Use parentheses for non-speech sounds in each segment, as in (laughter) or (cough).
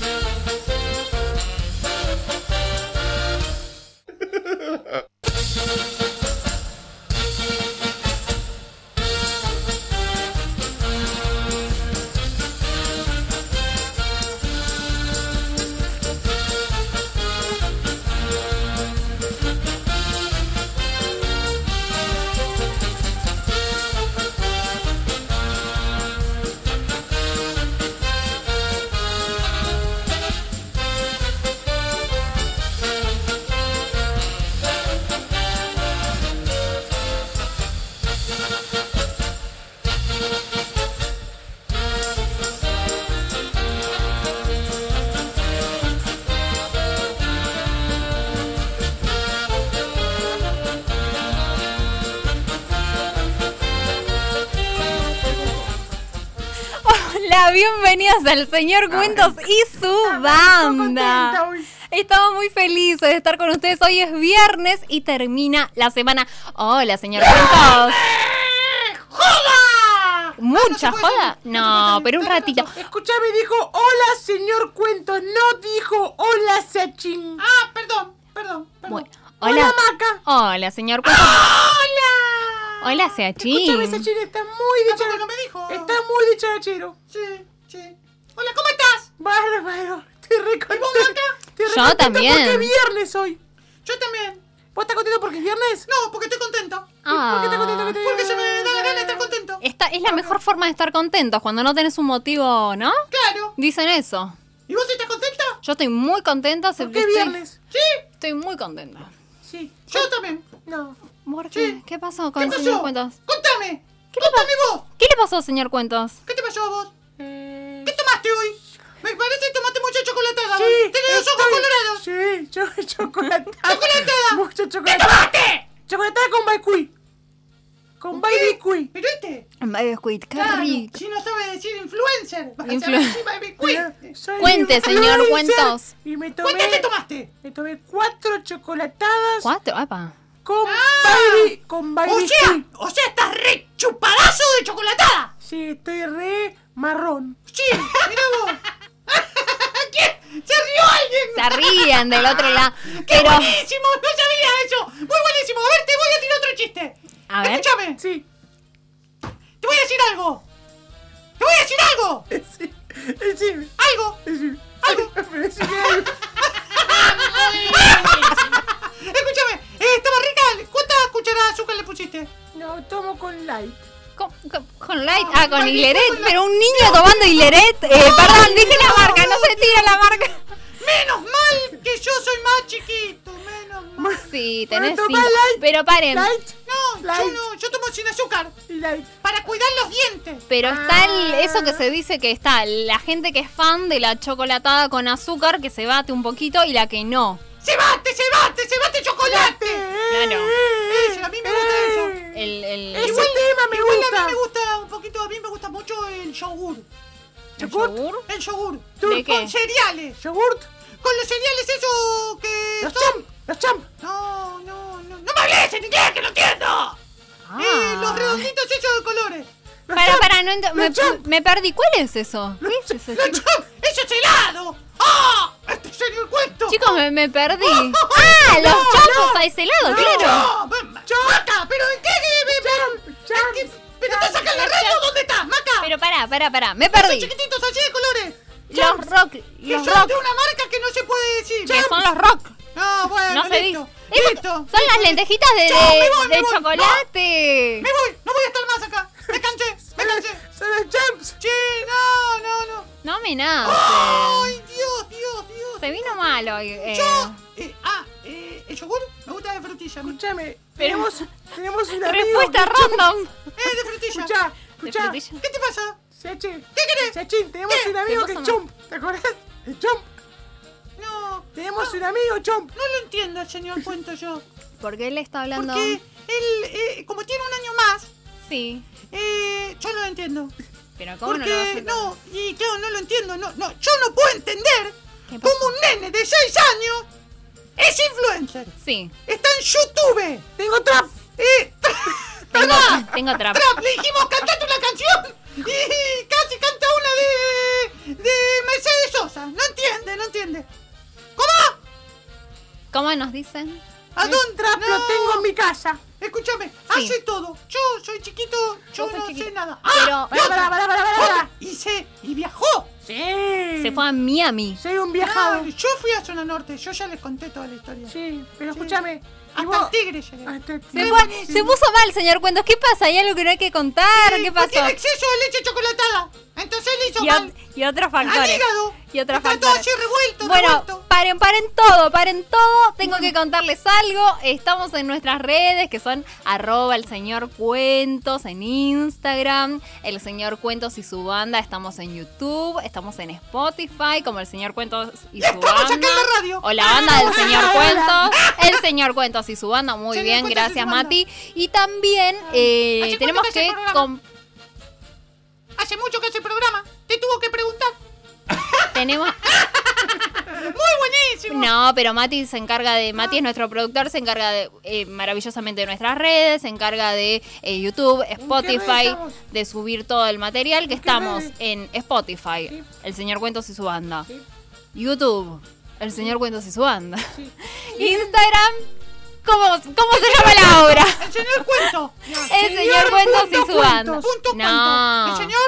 (laughs) bienvenidos al señor Windows y su banda. Estamos muy felices de estar con ustedes. Hoy es viernes y termina la semana. Hola, señor Windows. ¡Joda! Mucha Ah, no se puede, joda. se No, puede, pero un tenés ratito. razón. Escuchame, dijo hola, señor cuento. No dijo hola, Sachin. Ah, perdón, perdón. perdón. Bueno, Hola, hola. Maca. Ah. Hola, señor Windows. Hola. Hola, Sachin. Escuchame, Sachin, está muy dicharachero. No me dijo. Está muy dicharachero. Sí, sí. Hola, ¿cómo estás? Bárbaro, bárbaro. Te recontento. Te Yo recontento también. Porque es viernes hoy. Yo también. ¿Vos estás contento porque es viernes? No, porque estoy contento. ¿Por qué estás contento? Ah. Porque se me da la gana de estar contento. Esta es la mejor forma de estar contentos cuando no tenés un motivo, ¿no? Claro. Dicen eso. ¿Y vos estás contenta? Yo estoy muy contenta. se- ¿Por qué estoy- viernes? Sí, Estoy muy contenta. sí. Yo también. No. ¿Por qué? Sí. Mm, ¿Qué pasó con ¿Qué el señor pasó? Cuentos? Contame. ¿Qué le Contame vos. ¿Qué le pasó, señor Cuentos? ¿Qué te pasó a vos? ¿Qué tomaste hoy? Me parece que tomaste mucha chocolatada. Sí, Tenés los ojos estoy- colorados. Sí, yo chocolatada. ¡Chocolatada! Mucho ¡Te chocolate. tomaste! Chocolatada con baicuí. Con ¿Qué? baby cuí. ¿Pero este? Baby Squid, qué Claro, rico. Si no sabe decir influencer. (laughs) Vas a Influ- saber si baby queen. Soy Cuente, señor, influencer. cuentos. Y me tomé, ¿Cuántas te tomaste? me tomé cuatro chocolatadas Cuatro, apa. con Ah. baby, con baby O sea, cuí. o sea, estás re chupadazo de chocolatada. Sí, estoy re marrón. Sí, mirá vos. (laughs) ¿Qué? ¡Se rió alguien! Se ríen del otro (laughs) lado. ¡Qué Pero, buenísimo! ¡No sabía eso! ¡Muy buenísimo! A ver, te voy a tirar otro chiste. A ver. Escúchame. Sí, Te voy a decir algo. Te voy a decir algo. sí, sí, Algo. sí. Algo. Pero sí que hay- (laughs) Escúchame. Eh, estaba rica. ¿Cuántas cucharadas de azúcar le pusiste? No, tomo con light. con, con- con Light, ah, con Ay, Hileret. con la- Pero un niño tomando Hileret. Eh, perdón, dije la marca, no se tira la marca. Menos mal que yo soy más chiquito. Menos mal. Sí, Pero tenés toma cinco. Light, Pero paren. Light No, yo Light. no. Yo tomo sin azúcar. y light. Para cuidar los dientes. Pero está el- Ah. eso que se dice que está la gente que es fan de la chocolatada con azúcar que se bate un poquito y la que no. ¡Se bate, se bate, se bate chocolate! Claro. Eh. Eso, a mí me gusta eso. El, el, Ese Igual- tema me Igual a mí gusta. me gusta un poquito, a mí me gusta mucho el yogur. el yogur. El yogur. ¿De qué? Con cereales. Yogurt. Con los cereales eso que... Los son- champ. Los champ. No, no, no. ¡No me hables en inglés, que lo entiendo! Eh, los redonditos esos de colores. Los Ah. Para, champ. para, no ent- me, Los champ. me perdí. ¿Cuál es eso? ¿Qué es eso? ¡Los chop! ¡Eso es helado! ¡Ah! ¡Este es el cuento! Chicos, me, me perdí. Ah, los chocos a ese lado, claro. ¡No! ma- ¡Maca! ¿Pero en qué? qué- Champ. en qué- ¿Pero te sacan la radio? ¿Dónde estás, Maca? Pero pará, pará, pará. Me Son perdí. chiquititos así de colores. Los rock. Que Los son rock. de una marca que no se puede decir. Que son los rock. No, bueno, No se dice. listo. Eso- Listo. son las lentejitas de, Chao, me voy, de me voy. chocolate. Me voy, no voy a estar más acá. Me cansé, me cansé. Son los champs. Che, no, no, no. No me nace. Ay, Dios, Dios, Dios. Se vino malo. eh. Yo. eh, ah, eh, el yogur me gusta de frutilla. a mí. Escúchame. Tenemos, tenemos un amigo. Respuesta que- random. Eh, de frutilla. Escuchá, De escuchá. frutilla. ¿Qué te pasa? Sachin. ¿Qué querés? Sachin, tenemos ¿Qué? un amigo Tenemos que un- es chomp. ¿Te acordás? El chomp. No. Tenemos no, un amigo chomp. No lo entiendo, señor Cuento yo. Porque él está hablando. Porque él, eh, como tiene un año más, Sí. eh, yo no lo entiendo. Pero ¿cómo no lo vas a Porque hacer? no, y claro, no lo entiendo. No, no, yo no puedo entender ¿Qué pasa? cómo un nene de 6 años es influencer. Sí. Está en YouTube. Tengo trap. Eh, tra- (laughs) Tengo, pará. tengo trap. Trap, le dijimos, cantate una canción. Y casi canta una de, de Mercedes Sosa. No entiende, no entiende. ¿Cómo? ¿Cómo nos dicen? ¿A dónde? Trap lo No. tengo en mi casa. Escúchame, Sí. hace todo. Yo soy chiquito, yo Vos sos no sé chiquito. nada. Pero- ¡Ah! y Pará, pará, otra, pará, pará, pará, otra. pará. Y se, y viajó. Sí. Se fue a Miami. Soy un Claro, viajado. yo fui a Zona Norte, yo ya les conté toda la historia. Sí, pero Sí. escúchame. y Hasta vos- el tigre llegué. Hasta el Se, tigre. fue- se puso mal, señor Cuentos. ¿Qué pasa? ¿Hay algo que no hay que contar? ¿Qué Porque pasó? Tiene exceso de leche chocolatada. Entonces le hizo Y, mal ot- y otros al factores. hígado. Y otros Está todo factores. así revuelto, Bueno, revuelto. paren, paren todo, paren todo. Tengo que contarles algo. Estamos en nuestras redes que son arroba el señor cuentos en Instagram, el señor cuentos y su banda. Estamos en YouTube, estamos en Spotify como el señor cuentos y, Y su estamos acá banda. en la radio. Ah, O la banda del señor Hola. cuentos. El señor cuentos y su banda. Muy Señor bien, Cuentos y gracias su banda. Mati. Y también Hace eh, cuánto tenemos que hace que... el programa. com- Hace mucho que hace el programa. te tuvo que preguntar. Tenemos. (laughs) Muy buenísimo. No, pero Mati se encarga de. Mati es nuestro productor, se encarga de eh, maravillosamente de nuestras redes, se encarga de eh, YouTube, redes Spotify, estamos? de subir todo el material que ¿En qué estamos redes? en Spotify, Sí. El Señor Cuentos y su banda. Sí. YouTube, El Señor Cuentos y su banda. Sí. (laughs) Instagram, ¿cómo, cómo se llama la (laughs) obra? El señor cuento. El Señor, Cuentos y su banda. Punto cuento. No. El señor.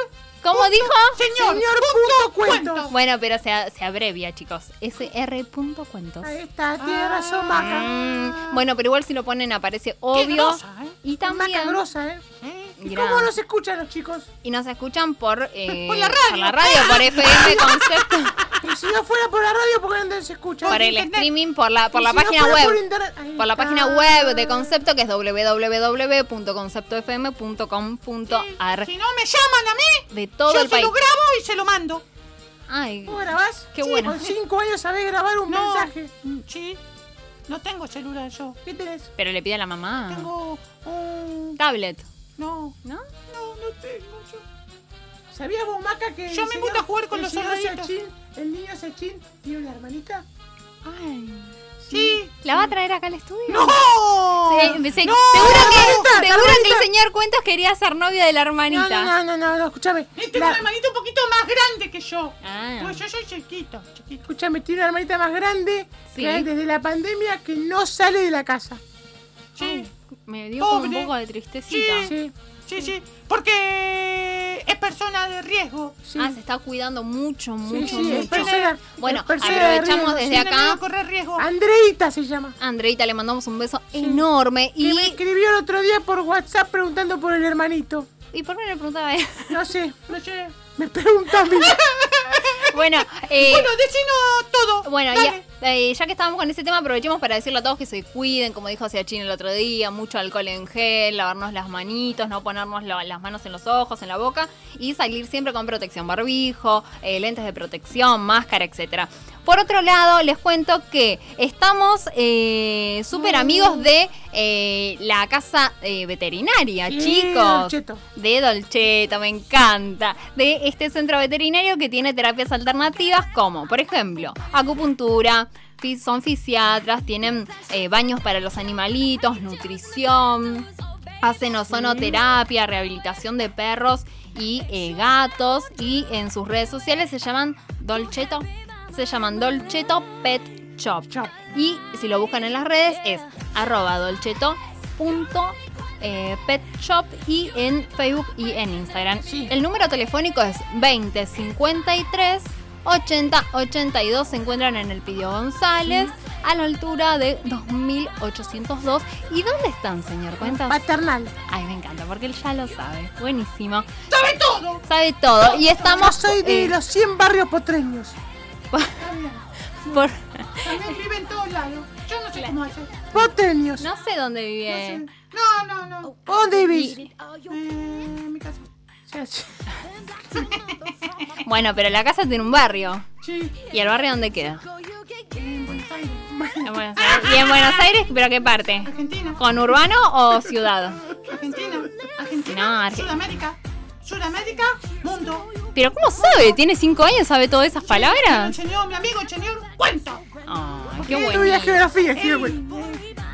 ¿Cómo punto- dijo? Señor. Señor punto cuento. Bueno, pero se, a- se abrevia, chicos. SR. punto Cuentos. Ahí está, tiene razón, Maca. Mm, bueno, pero igual si lo ponen aparece Qué obvio. grosa, ¿eh? Y Maca también. grosa, ¿eh? ¿Y Gran. cómo los escuchan los chicos? Y nos escuchan por, (laughs) eh, Por la radio. por, la radio, por FM Concepto, Y si no fuera por la radio, ¿por qué no se escuchan? por el internet. streaming, por la, por Y la si no página fuera Por, web. internet- ahí Por la está. página web de Concepto que es www.conceptofm.com.ar Si no me llaman a mí, de todo yo el se país. lo grabo y se lo mando. Ay, ¿Cómo grabás? Qué Sí, bueno. Con cinco años sabés grabar un No. mensaje. Sí. No tengo celular yo. ¿Qué tenés? pero le pide a la mamá. Tengo un. Tablet, No. ¿no? No, no tengo yo. ¿Sabías vos, Maca, que. Yo el me señor- gusta jugar con el los señor soldaditos. Sachin, El niño Sachin tiene una hermanita. Ay. Sí. ¿La va a traer acá al estudio? ¡No! ¡Oh! Se- se- ¡No! Carmelita, seguro que, seguro que Carmelita. el señor Cuentos quería ser novio de la No, hermanita. no, no, no, no, escúchame. Este Y tengo La- un hermanito un poquito más grande que yo. Ah. Pues yo soy chiquito, chiquito. Escúchame, tiene una hermanita más grande Sí. que desde la pandemia que no sale de la casa. Sí, Ay, me dio como un Pobre. poco de tristecita. Sí, sí, sí. Porque es persona de riesgo. sí. Ah, se está cuidando mucho, sí, mucho, sí, es mucho. persona- Bueno, es persona de aprovechamos riesgo, desde sí. Tiene acá. miedo a correr riesgo. Andreita se llama. Andreita, le mandamos un beso enorme. Que Y, me escribió el otro día por WhatsApp preguntando por el hermanito. ¿Y por qué no le preguntaba a él? No (laughs) sé, No sé. me preguntó a mí. bueno, eh, (laughs) Bueno, decinos todo. bueno, ya, Dale. eh, ya que estábamos con ese tema, aprovechemos para decirle a todos que se cuiden, como dijo Siachín el otro día, mucho alcohol en gel, lavarnos las manitos, no ponernos la- las manos en los ojos, en la boca y salir siempre con protección, barbijo, eh, lentes de protección, máscara, etcétera. Por otro lado, les cuento que estamos eh, súper amigos de eh, la casa eh, veterinaria, Sí, chicos. Dolcetto. De Dolcetto, me encanta. De este centro veterinario que tiene terapias alternativas como, por ejemplo, acupuntura, fi- son fisiatras, tienen eh, baños para los animalitos, nutrición, hacen ozonoterapia, rehabilitación de perros y eh, gatos. Y en sus redes sociales se llaman Dolcetto, se llaman Dolcetto Pet Shop. Chao. Y si lo buscan en las redes es arroba dolceto punto, eh, pet shop y en Facebook y en Instagram. Sí. El número telefónico es 20 53 80 82. Se encuentran en el Pidio González a la altura de 2802. ¿Y dónde están, señor? Cuentas. Paternal. Ay, me encanta porque él ya lo sabe. Buenísimo. ¡Sabe todo! Sabe todo. Y Yo estamos soy de eh, los 100 barrios potreños. por- También vive en todos lados. Yo no sé cómo hacer. Potreños. No sé dónde vive. No, no, Oh, no. Oh, ¿Dónde vivís? Y- Eh, en mi casa. Sí, sí. (laughs) Bueno, pero la casa tiene un barrio. Sí. ¿Y el barrio dónde queda? En Buenos Aires. Ah, En Buenos Aires. ¿Y en Buenos Aires, pero qué parte? Argentina. ¿Con urbano o ciudad? Argentina. No, Argentina. Arge- Sudamérica. Sudamérica. Mundo. Pero ¿cómo sabe? ¿Tiene cinco años? ¿Sabe todas esas El palabras? señor, mi amigo, el señor, cuento. Ay, qué Yo bueno. estudié geografía, sí, güey.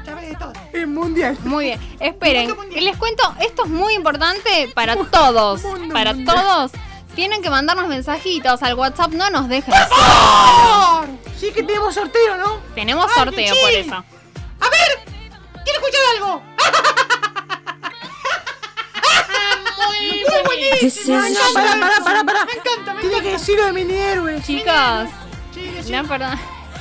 Sabe de todo. Es mundial. Muy bien, esperen, que les cuento, esto es muy importante para todos, Mundo para mundial. todos. Tienen que mandarnos mensajitos al WhatsApp, no nos dejen solos. Sí que tenemos sorteo, ¿no? Tenemos sorteo por eso. A ver, quiero escuchar algo. (laughs) This No, no, is a pará, pará, pará, pará. Me encanta, me Tiene que decir lo de mini héroe. Chicos, Sí, sí. no, perdón-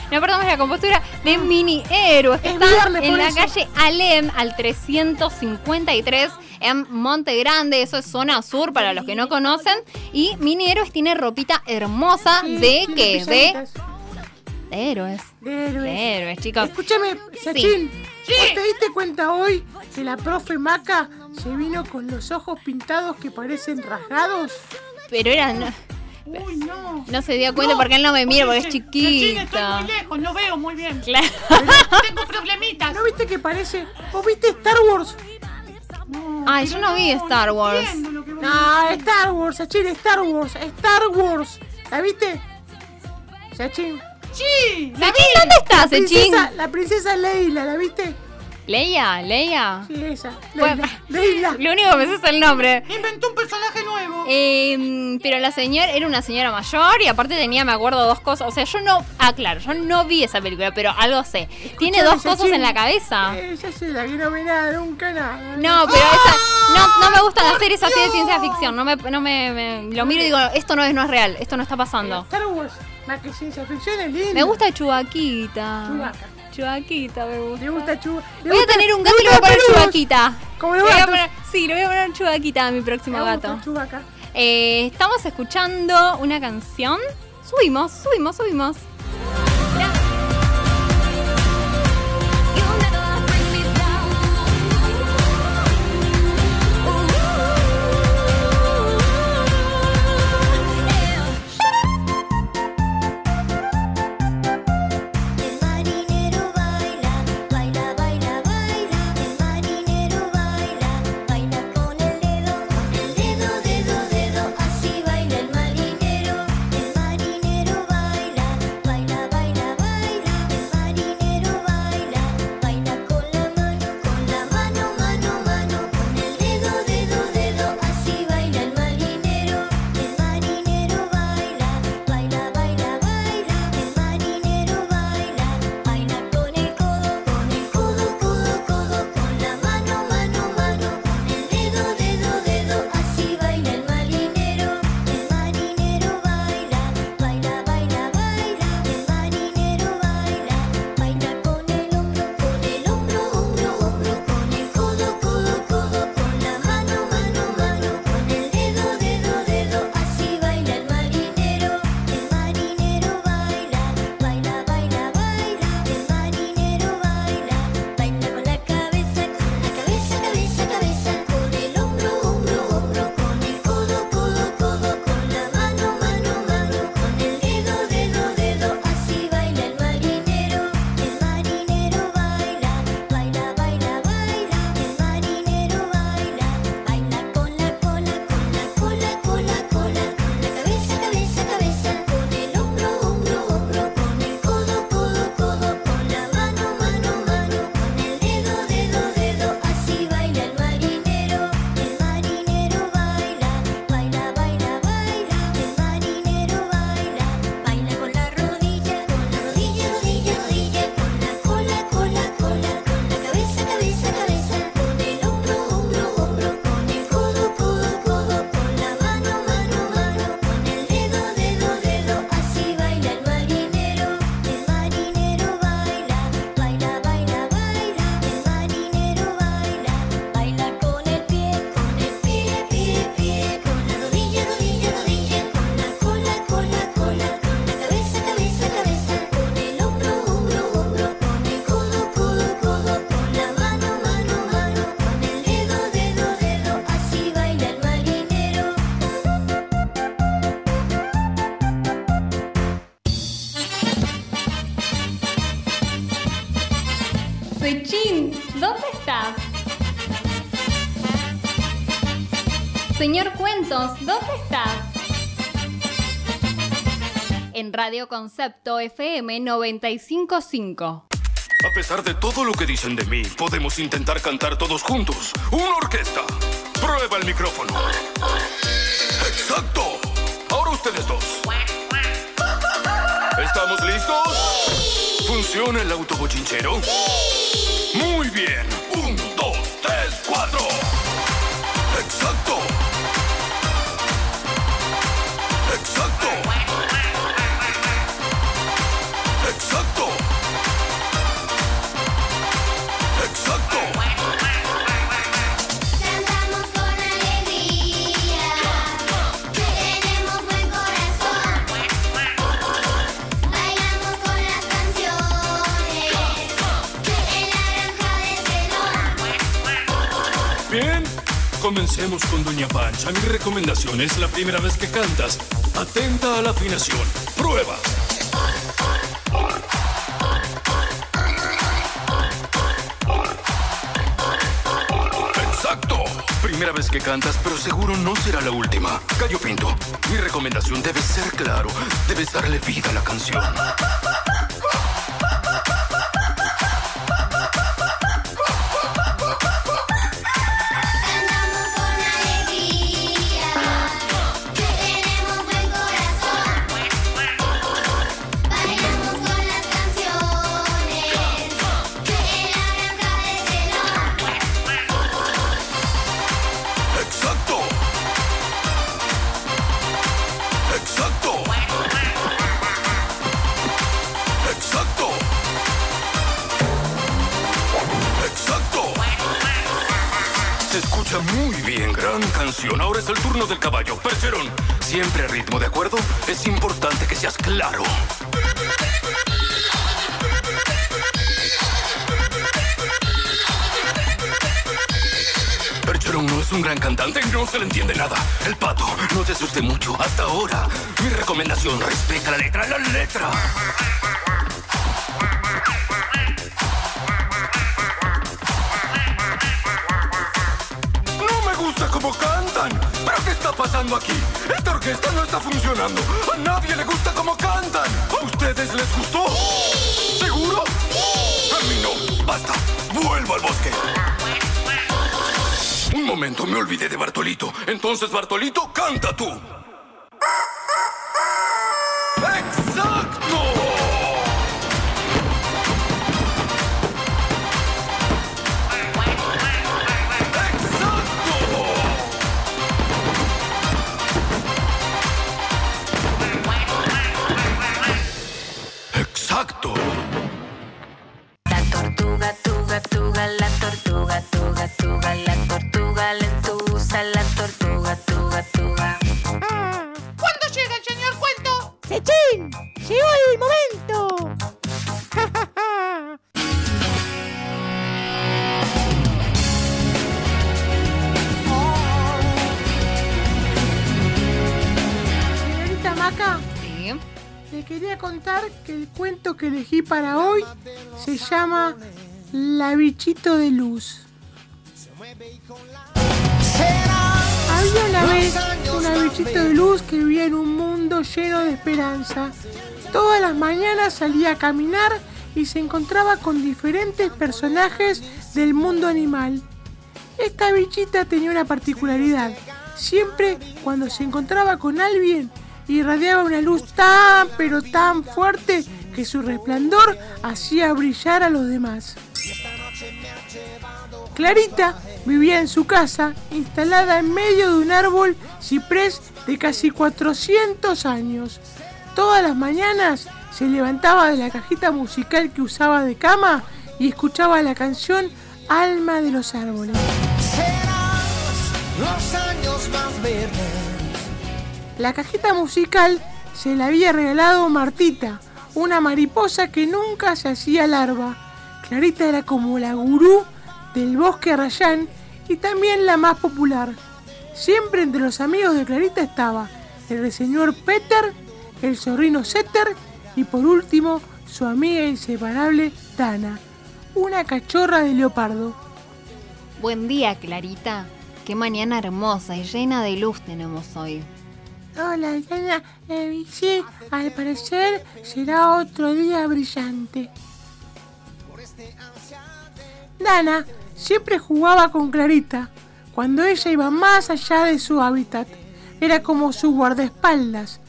no perdamos la compostura de mini héroes que Es están viernes, en por la eso. calle Alem al 353 en Monte Grande, eso es zona sur para los que no conocen. Y mini héroes tiene ropita hermosa de Tiene que de, pijamitas. de héroes. De héroe. De héroes, chicos. Escúchame, Sachin. ¿Vos te diste cuenta hoy que la profe Maca se vino con los ojos pintados que parecen rasgados? Pero era no, Uy, no. no se dio cuenta porque él no me mira porque es chiquito. Estoy muy lejos, no veo muy bien. Claro. Tengo problemitas. ¿No viste que parece? ¿Vos viste Star Wars? No, Ay, pero yo no vi Star Wars. entiendo lo que No, Star Wars, Sachin, Star Wars, Star Wars. ¿La viste? Sachin. ¡Sí! Sechín, ¿dónde estás, Sechín? princesa, la princesa Leila, ¿la viste? Leia, Leia. Sí, esa. Bueno, (laughs) Leila. Leila. Pues, Lo único que me sé es el nombre. Inventó un personaje nuevo. Eh, pero la señora era una señora mayor y aparte tenía, me acuerdo, dos cosas. O sea, yo no. Ah, claro, yo no vi esa película, pero algo sé. Tiene dos Escuchame, cosas en la Sachin. cabeza. Eh, ¡Ah! ya sé, la que no ve nada, nunca nada. No, pero esa, no, no me gustan las ¡Por series así de Dios! ciencia ficción. No me, no me, me- lo miro y digo, esto no es, no es real, esto no está pasando. Star Wars, más que ciencia ficción, es lindo. Me gusta Chubaquita. Chewbacca. Ah, Chubaquita me gusta. Le gusta Chu. le Voy a gusta- tener un le gato y le voy a gusta poner peludos, Chubaquita. Como Le los voy a gatos. poner- sí, le voy a poner un Chubaquita a mi próximo Me gusta gato. Chewbacca. Eh, estamos escuchando una canción. Subimos, subimos, subimos. El marinero baila, baila, baila, baila. El marinero baila, baila con el dedo. Con el dedo, dedo, dedo. Así baila el marinero. El marinero baila, baila, baila, baila. El marinero baila, baila con la mano. Con la mano, mano, mano. Con el dedo, dedo, dedo. Así baila el marinero. El marinero baila, baila, baila, baila. El marinero baila, baila con el codo, con el codo, codo, codo, con la mano, mano, mano, con el dedo, dedo, dedo. Así baila el marinero. El marinero baila, baila, baila, baila. El marinero baila, baila con el hombro, con el hombro, hombro, hombro, con el codo, codo, codo, con la mano, mano, mano, con el dedo, dedo, dedo. Así baila el marinero. El marinero baila, baila, baila, baila. El marinero baila, baila con la cabeza, con la cabeza, cabeza, cabeza, con el hombro, hombro, hombro, con el codo, codo, codo, con la mano, mano, mano, con el dedo, dedo, dedo. Así baila el marinero. El marinero baila, baila, baila, baila. El marinero baila, baila con la cola, con la cola, cola, cola, con la cabeza, cabeza, cabeza, con el hombro, hombro, hombro, con el codo, codo, codo, con la mano, mano, mano, con el dedo, dedo, dedo. Así baila el marinero. El marinero baila, baila, baila, baila. El marinero baila, baila con la rodilla, con la rodilla, rodilla, rodilla, con la cola, cola, cola, con la cabeza, cabeza, cabeza, con el hombro, hombro, hombro, con el codo, codo, codo, con la mano, mano, mano, con el dedo, dedo, dedo. Así baila el marinero. El marinero baila, baila, baila, baila. El marinero baila, baila con el pie, con el pie, pie, pie, con la rodilla, rodilla, rodilla, con la cola, cola, cola, con la cabeza, cabeza, cabeza, con el hombro, hombro, hombro, con el codo, codo, codo, con la mano, mano, mano, con el dedo, dedo, dedo. Así baila el marinero. Sechín, ¿dónde estás? Señor Cuentos, ¿dónde estás? En Radio Concepto FM 955. A pesar de todo lo que dicen de mí, podemos intentar cantar todos juntos. ¡Una orquesta! ¡Prueba el micrófono! ¡Exacto! Ahora ustedes dos. ¿Estamos listos? ¿Funciona el autobochinchero? ¡Muy bien! ¡Un, dos, tres, cuatro! ¡Exacto! ¡Exacto! ¡Exacto! ¡Exacto! Cantamos con alegría, tenemos buen corazón. Bailamos con las canciones en la granja de Sedón. Bien, comencemos con Doña Pancha. Mi recomendación es la primera vez que cantas. Atenta a la afinación. Prueba. ¡Exacto! Primero primera vez que cantas, pero seguro no será la última. Gallo Pinto, mi recomendación debe ser claro. Debes darle vida a la canción. Cantamos con alegría, que tenemos buen corazón. Bailamos con las canciones, que en la granja del Señor. ¡Exacto! ¡Exacto! ¡Exacto! ¡Exacto! Se escucha muy bien, gran canción. Ahora es el turno del caballo. Percherón, siempre a ritmo, ¿de acuerdo? Es importante que seas claro. Percherón no es un gran cantante y no se le entiende nada. El pato, no te asuste mucho. Hasta ahora, mi recomendación, respeta la letra, la letra. No me gusta cómo cantan. ¿Pero qué está pasando aquí? Esta orquesta no está funcionando. A nadie le gusta cómo cantan. ¿A ustedes les gustó? ¿Seguro? A mí no. Basta. Vuelvo al bosque. Un momento, me olvidé de Bartolito. Entonces, Bartolito, canta tú. ¡Exacto! ¡Exacto! ¡Exacto! La tortuga, tuga, tuga, la tortuga, tuga, tuga, la tortuga, la entusa, la tortuga, tuga, tuga. Mm. ¿Cuándo llega el señor cuento? ¡Sechín! ¡Llegó el momento! ¡Ja, ja, ja! Señorita Maca, Sí. le quería contar que el cuento que elegí para hoy se llama La bichito de luz. Había una vez una bichito de luz que vivía en un mundo lleno de esperanza. Todas las mañanas salía a caminar y se encontraba con diferentes personajes del mundo animal. Esta bichita tenía una particularidad. Siempre cuando se encontraba con alguien, irradiaba una luz tan pero tan fuerte que su resplandor hacía brillar a los demás. Clarita vivía en su casa, instalada en medio de un árbol ciprés de casi 400 años. Todas las mañanas se levantaba de la cajita musical que usaba de cama y escuchaba la canción Alma de los Árboles. La cajita musical se la había regalado Martita, una mariposa que nunca se hacía larva. Clarita era como la gurú del bosque Rayán y también la más popular. Siempre entre los amigos de Clarita estaba el del señor Peter, el zorrino Setter y por último su amiga inseparable Tana, una cachorra de leopardo. Buen día, Clarita. Qué mañana hermosa y llena de luz tenemos hoy. Hola, Diana. Eh, sí, al parecer será otro día brillante. Dana siempre jugaba con Clarita cuando ella iba más allá de su hábitat. Era como su guardaespaldas.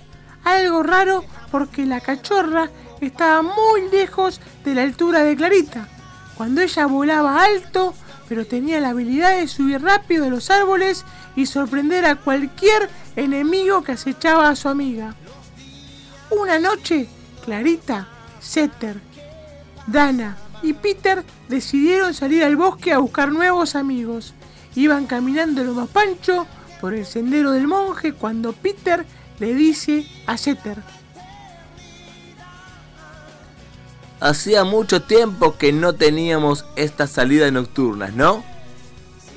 Algo raro porque la cachorra estaba muy lejos de la altura de Clarita. Cuando ella volaba alto, pero tenía la habilidad de subir rápido de los árboles y sorprender a cualquier enemigo que acechaba a su amiga. Una noche, Clarita, Setter, Dana y Peter decidieron salir al bosque a buscar nuevos amigos. Iban caminando los más pancho por el sendero del monje cuando Peter le dice a Setter. Hacía mucho tiempo que no teníamos estas salidas nocturnas, ¿no?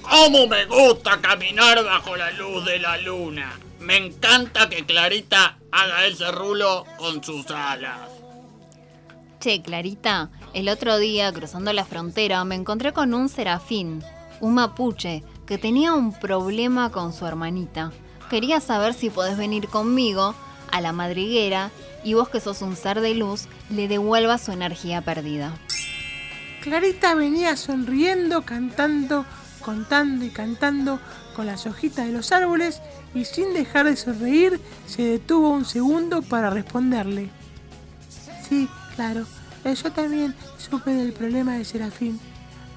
¿Cómo me gusta caminar bajo la luz de la luna? Me encanta que Clarita haga ese rulo con sus alas. Che, Clarita, el otro día cruzando la frontera me encontré con un serafín, un mapuche, que tenía un problema con su hermanita. Quería saber si podés venir conmigo a la madriguera y vos que sos un ser de luz le devuelvas su energía perdida. Clarita venía sonriendo, cantando, contando y cantando con las hojitas de los árboles y sin dejar de sonreír se detuvo un segundo para responderle. Sí, claro, eh, yo también supe del problema de Serafín.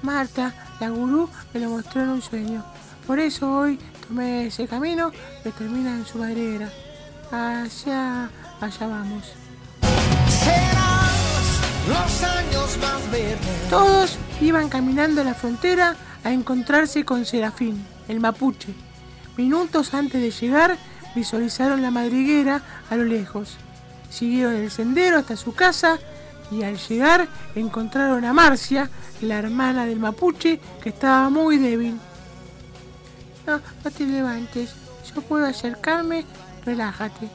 Marta, la gurú, me lo mostró en un sueño. Por eso hoy tomé ese camino que termina en su madriguera. Allá, allá vamos. Todos iban caminando a la frontera a encontrarse con Serafín, el mapuche. Minutos antes de llegar, visualizaron la madriguera a lo lejos. Siguieron el sendero hasta su casa y al llegar encontraron a Marcia, la hermana del mapuche, que estaba muy débil. No, no te levantes, yo puedo acercarme, relájate.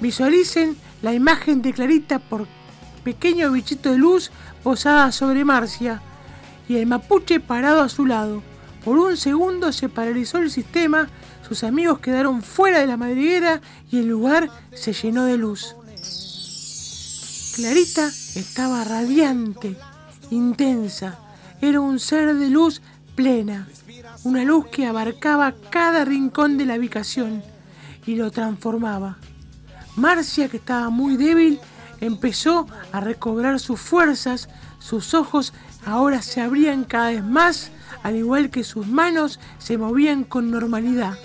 Visualicen la imagen de Clarita por pequeño bichito de luz posada sobre Marcia y el mapuche parado a su lado. Por un segundo se paralizó el sistema, sus amigos quedaron fuera de la madriguera y el lugar se llenó de luz. Clarita estaba radiante, intensa, era un ser de luz plena, una luz que abarcaba cada rincón de la ubicación y lo transformaba. Marcia, que estaba muy débil, empezó a recobrar sus fuerzas, sus ojos ahora se abrían cada vez más, al igual que sus manos se movían con normalidad.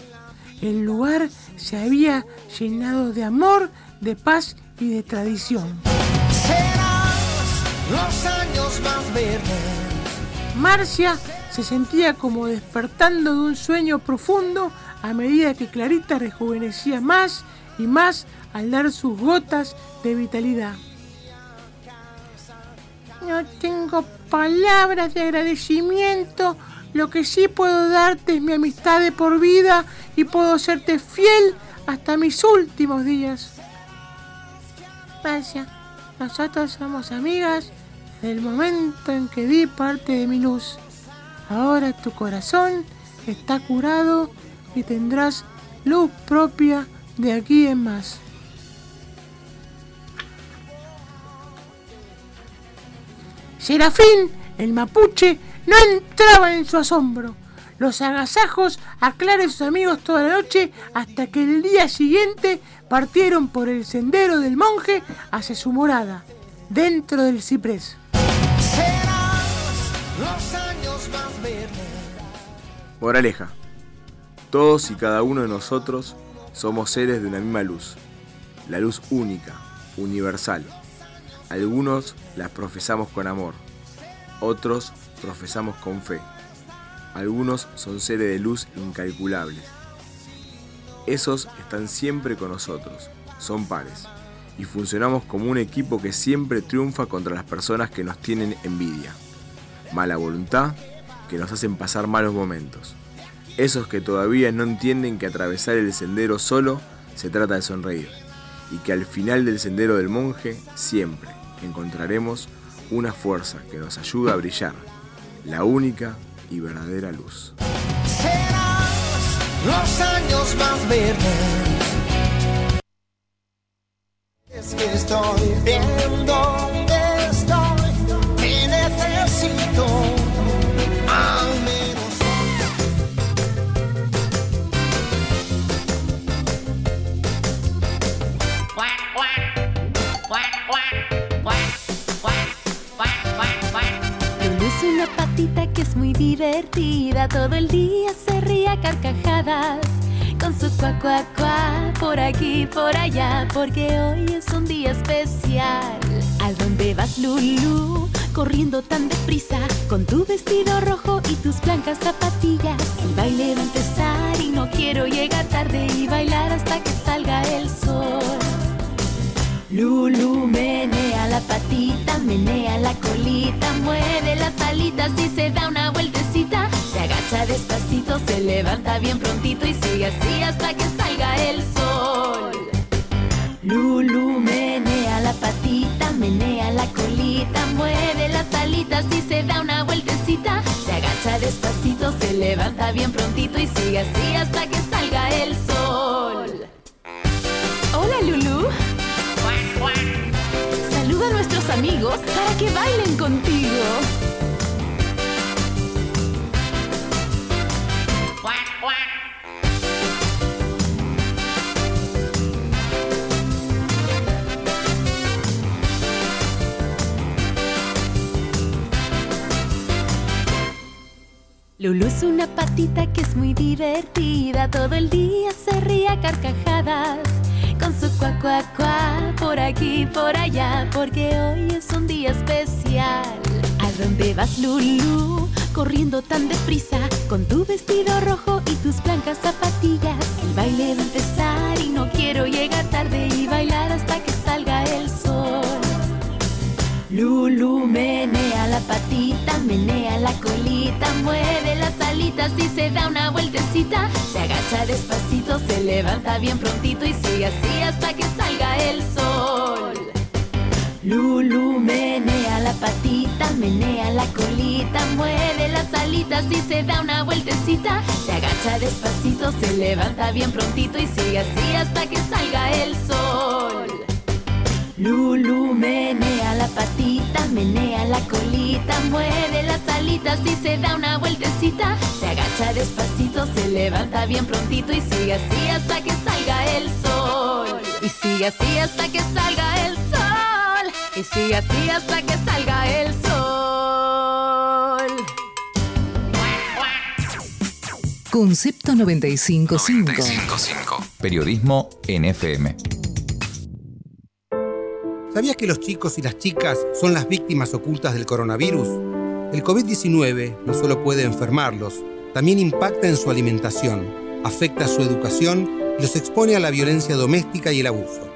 El lugar se había llenado de amor, de paz y de tradición. Marcia se sentía como despertando de un sueño profundo a medida que Clarita rejuvenecía más y más al dar sus gotas de vitalidad. No tengo palabras de agradecimiento. Lo que sí puedo darte es mi amistad de por vida y puedo serte fiel hasta mis últimos días. Marcia, nosotros somos amigas desde el momento en que di parte de mi luz. Ahora tu corazón está curado y tendrás luz propia de aquí en más. Serafín, el mapuche, no entraba en su asombro. Los agasajos aclaran sus amigos toda la noche hasta que el día siguiente partieron por el sendero del monje hacia su morada, dentro del ciprés. Moraleja. Todos y cada uno de nosotros somos seres de una misma luz. La luz única, universal. Algunos las profesamos con amor. Otros profesamos con fe. Algunos son seres de luz incalculables. Esos están siempre con nosotros. Son pares. Y funcionamos como un equipo que siempre triunfa contra las personas que nos tienen envidia. Mala voluntad que nos hacen pasar malos momentos. Esos que todavía no entienden que atravesar el sendero solo se trata de sonreír y que al final del sendero del monje siempre encontraremos una fuerza que nos ayuda a brillar, la única y verdadera luz. Lulu es una patita que es muy divertida, todo el día se ríe a carcajadas. Con su cuac cuac cuac, por aquí, por allá, porque hoy es un día especial. ¿Al dónde vas, Lulu? Corriendo tan deprisa, con tu vestido rojo y tus blancas zapatillas. El baile va a empezar y no quiero llegar tarde y bailar hasta que salga el sol. Lulu menea la patita, menea la colita, mueve las alitas y se da una vueltecita. Se agacha despacito, se levanta bien prontito y sigue así hasta que salga el sol. Lulu menea la patita, menea la colita, mueve las alitas y se da una vueltecita. Se agacha despacito, se levanta bien prontito y sigue así hasta que salga el sol. Hola Lulu. Saluda a nuestros amigos para que bailen contigo. Lulu es una patita que es muy divertida, todo el día se ríe a carcajadas. Con su cuac cuac cuac, por aquí, por allá, porque hoy es un día especial. ¿A dónde vas, Lulu? Corriendo tan deprisa, con tu vestido rojo y tus blancas zapatillas. El baile va a empezar y no quiero llegar tarde y bailar hasta que salga el sol. Lulu menea la patita, menea la colita, mueve las alitas y se da una vueltecita. Se agacha despacito, se levanta bien prontito y sigue así hasta que salga el sol. Lulu menea la patita, menea la colita, mueve las alitas y se da una vueltecita. Se agacha despacito, se levanta bien prontito y sigue así hasta que salga el sol. Lulu menea la patita, menea la colita, mueve las alitas y se da una vueltecita. Se agacha despacito, se levanta bien prontito y sigue así hasta que salga el sol. Y sigue así hasta que salga el sol. Y sigue así hasta que salga el sol. Concepto 95.5. 55. Periodismo en FM. ¿Sabías que los chicos y las chicas son las víctimas ocultas del coronavirus? El COVID-19 no solo puede enfermarlos, también impacta en su alimentación, afecta su educación y los expone a la violencia doméstica y el abuso.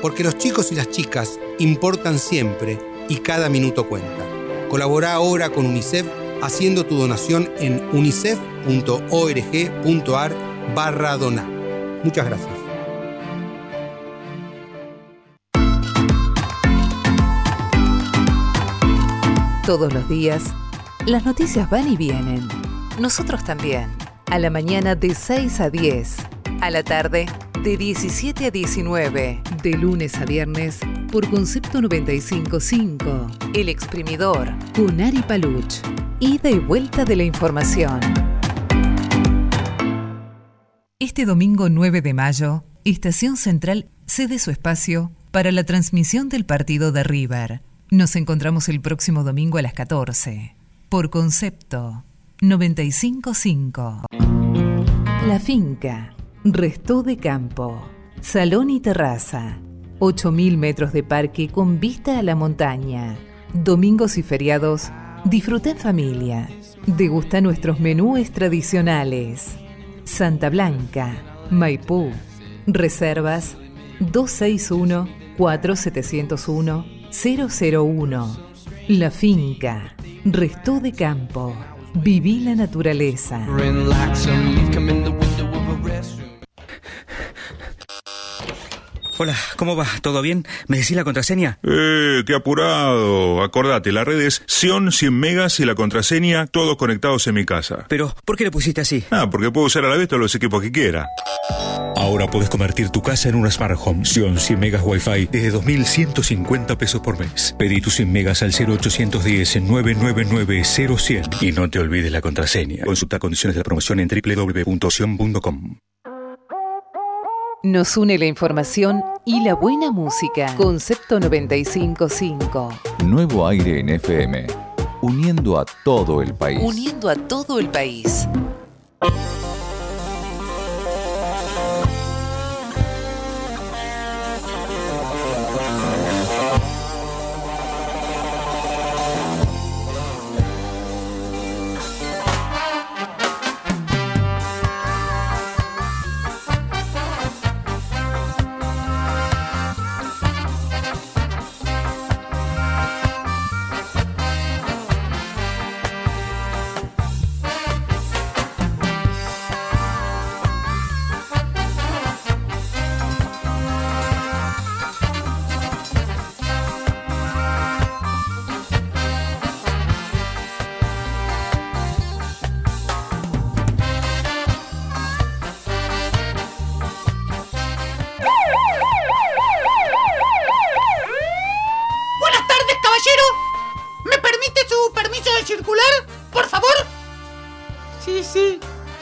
Porque los chicos y las chicas importan siempre y cada minuto cuenta. Colabora ahora con UNICEF haciendo tu donación en unicef.org.ar barra donar. Muchas gracias. Todos los días, las noticias van y vienen. Nosotros también. A la mañana de 6 a 10. A la tarde de 17 a 19. De lunes a viernes por Concepto 95.5. El exprimidor. Con Ari Paluch. Ida y vuelta de la información. Este domingo 9 de mayo, Estación Central cede su espacio para la transmisión del partido de River. Nos encontramos el próximo domingo a las 14. Por concepto 955. La finca. Restó de campo. Salón y terraza. 8.000 metros de parque con vista a la montaña. Domingos y feriados. Disfruta en familia. Degusta nuestros menús tradicionales. Santa Blanca. Maipú. Reservas 261 4701 001. La finca. Restó de campo. Viví la naturaleza. Hola, ¿cómo va? ¿Todo bien? ¿Me decís la contraseña? Eh, te apurado. Acordate, la red es Sion 100 megas y la contraseña, todos conectados en mi casa. Pero, ¿por qué le pusiste así? Ah, porque puedo usar a la vez todos los equipos que quiera. Ahora puedes convertir tu casa en una smart home. Sion 100 megas Wi-Fi desde 2.150 pesos por mes. Pedí tus 100 megas al 0810 999 0100 y no te olvides la contraseña. Consulta condiciones de la promoción en www.sion.com. Nos une la información y la buena música. Concepto 955. Nuevo aire en FM. Uniendo a todo el país. Uniendo a todo el país.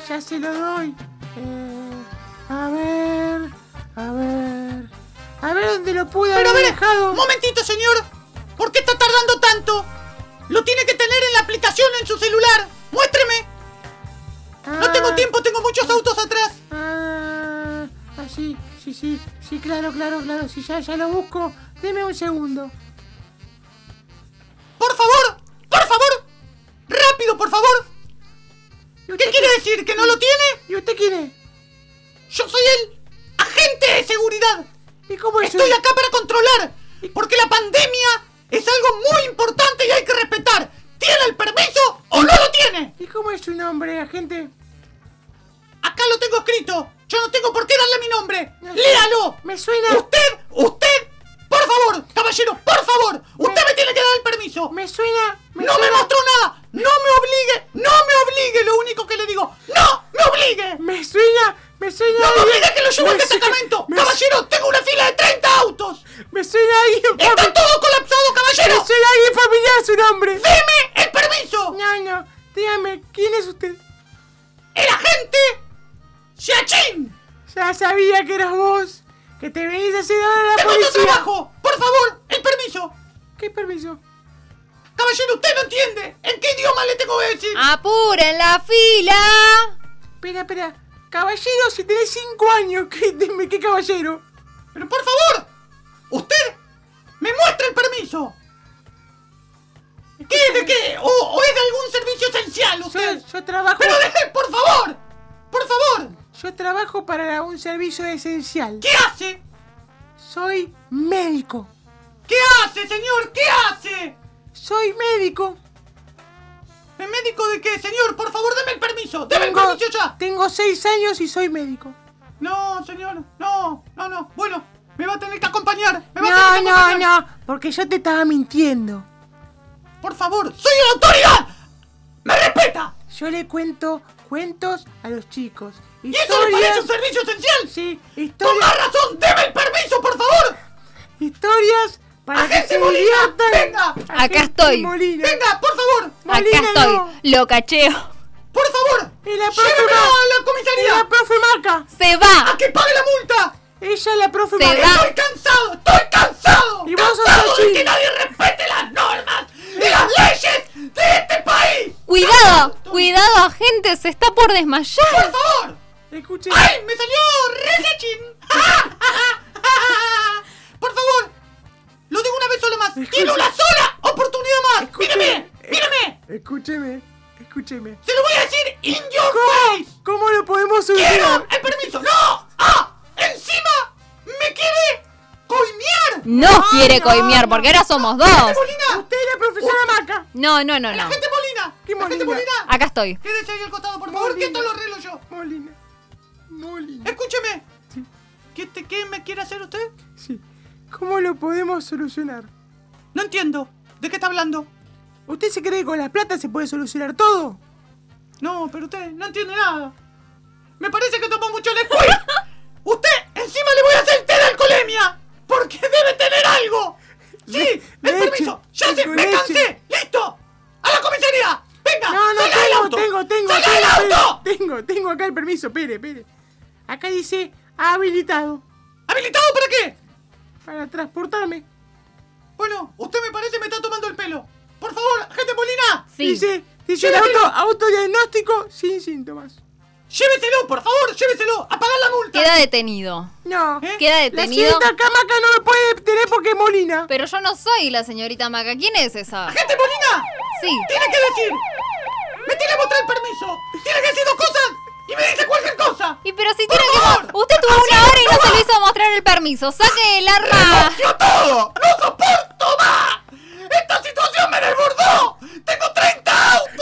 Ya se lo doy. Eh, a ver, a ver. A ver dónde lo pude Pero a haber ver, dejado. un momentito, señor. ¿Por qué está tardando tanto? Lo tiene que tener en la aplicación en su celular. Muéstreme. No tengo tiempo, tengo muchos autos atrás. Ah, ah, sí, sí, sí, sí, claro, claro, claro, sí, ya, ya lo busco. Deme un segundo. Por favor, por favor. Rápido, por favor. ¿Qué quiere decir? ¿Que no lo tiene? ¿Y usted quién es? Yo soy el agente de seguridad. ¿Y cómo Estoy acá para controlar. Porque la pandemia es algo muy importante y hay que respetar. ¿Tiene el permiso o no lo tiene? ¿Y cómo es su nombre, agente? Acá lo tengo escrito. Yo no tengo por qué darle mi nombre. ¡Léalo! Me suena. Usted, usted, por favor, caballero, por favor. Usted me tiene que dar el permiso. Me suena. no me mostró nada. No me obligue. No me obligue. Lo único que le digo. No me obligue. Me suena, me suena. No me alguien. obligue que lo llevo Me al suena- destacamento. me- Caballero, tengo una fila de 30 autos. Me suena alguien. Está fami- todo colapsado, caballero. Me suena alguien familiar su nombre. Deme el permiso. No, no, dígame, ¿quién es usted? El agente. Yachin. Ya sabía que eras vos. Que te venís a hacer ahora a la Tengo otro policía. trabajo. Por favor, el permiso. ¿Qué permiso? Caballero, usted no entiende. ¿En qué idioma le tengo que decir? Ah, ¡Apuren la fila! Espera, espera. Caballero, si tenés 5 años, ¿qué, dime, ¿qué caballero? Pero por favor, usted me muestra el permiso. ¿Qué? ¿De qué? ¿O, o es de algún servicio esencial usted? Yo trabajo. Pero deje, por favor, por favor, Yo trabajo para un servicio esencial. ¿qué hace? Soy médico. ¿Qué hace, señor? ¿Qué hace? Soy médico. ¿Me médico de qué, señor? Por favor, deme el permiso. Deme el Tengo, permiso ya. tengo 6 años y soy médico. No, señor, no, no, no. Bueno, me va a tener que acompañar. Me va a No, tener que no, acompañar. no. Porque yo te estaba mintiendo. Por favor, soy la autoridad. ¡Me respeta! Yo le cuento cuentos a los chicos. ¿Y eso le parece un servicio esencial? Sí, ¡Con más historias, razón! ¡Deme el permiso, por favor! historias para que ¡Agente se Molina! diviertan. ¡Venga! Acá Agente estoy. Molina. ¡Venga, por favor! Acá Molina, estoy. no. Lo cacheo. ¡Por favor! Y la profe ¡Llévelo Maca. a la Y la comisaría! profe Maca. Se ¡A va. que pague la multa! Ella es la profe Se Maca. va. ¡Estoy cansado! ¡Estoy cansado! Y vos sos ¡Cansado de así. que nadie respete las normas y las leyes de este país! Cuidado, cuidado, gente. Se está por desmayar. ¡Por favor! Escuche. ¡Ay, me salió Resechin! ah, ¡Por favor! Lo digo una vez solo más. ¡Tiene una sola oportunidad más! ¡Míreme! Eh. ¡Míreme! Escúcheme. Escúcheme. ¡Se lo voy a decir in your face! ¿Cómo lo podemos ¡Quiero solucionar? el permiso! ¡No! ¡Ah! ¡Encima! ¡Me quiere coimear! ¡Ah, No quiere coimear porque ahora somos dos. ¡Agente Molina! Usted es la profesora Maca. No, no, no, no. ¡Agente Molina! ¿Qué ¡Agente Molina? Molina! Acá estoy. Quédese ahí al costado, por favor, Molina. que esto lo arreglo yo. Molina. Molina. Escúcheme. ¿Qué, te- ¿Qué me quiere hacer usted? Sí. ¿Cómo lo podemos solucionar? No entiendo. ¿De qué está hablando? ¿Usted se cree que con la plata se puede solucionar todo? No, pero usted no entiende nada. Me parece que tomó mucho (laughs) el squid. usted, encima le voy a hacer té de alcoholemia. Porque debe tener algo. Sí, Le- el leche, permiso. Ya sé, me leche. cansé. ¡Listo! ¡A la comisaría! ¡Venga! No, no, ¡Salga del tengo, auto! tengo, tengo, ¡Salga del tengo, auto! tengo, tengo, tengo acá el permiso, pere, espere. Acá dice habilitado ¿Habilitado para qué? para transportarme. Bueno, usted me parece me está tomando el pelo. Por favor, agente Molina, Sí. Dice, dice el Llévatelo. auto, autodiagnóstico sin síntomas. lléveselo, por favor, lléveselo. Apagad la multa. Queda detenido. No, ¿Eh? Queda la detenido. señorita Camaca no me puede tener porque es Molina. Pero yo no soy la señorita Maca. ¿Quién es esa? ¡Agente Molina! Sí. ¡Tiene que decir! ¡Me tiene que mostrar el permiso! ¡Tiene que decir dos cosas! ¡Y me dice cualquier cosa! Y pero si ¡Por tiene que. favor! mo- Usted tuvo una hora y no se le hizo mostrar el permiso. Saque el arma. ¡Yo todo! ¡No soporto más! ¡Esta situación me desbordó! ¡Tengo 30 autos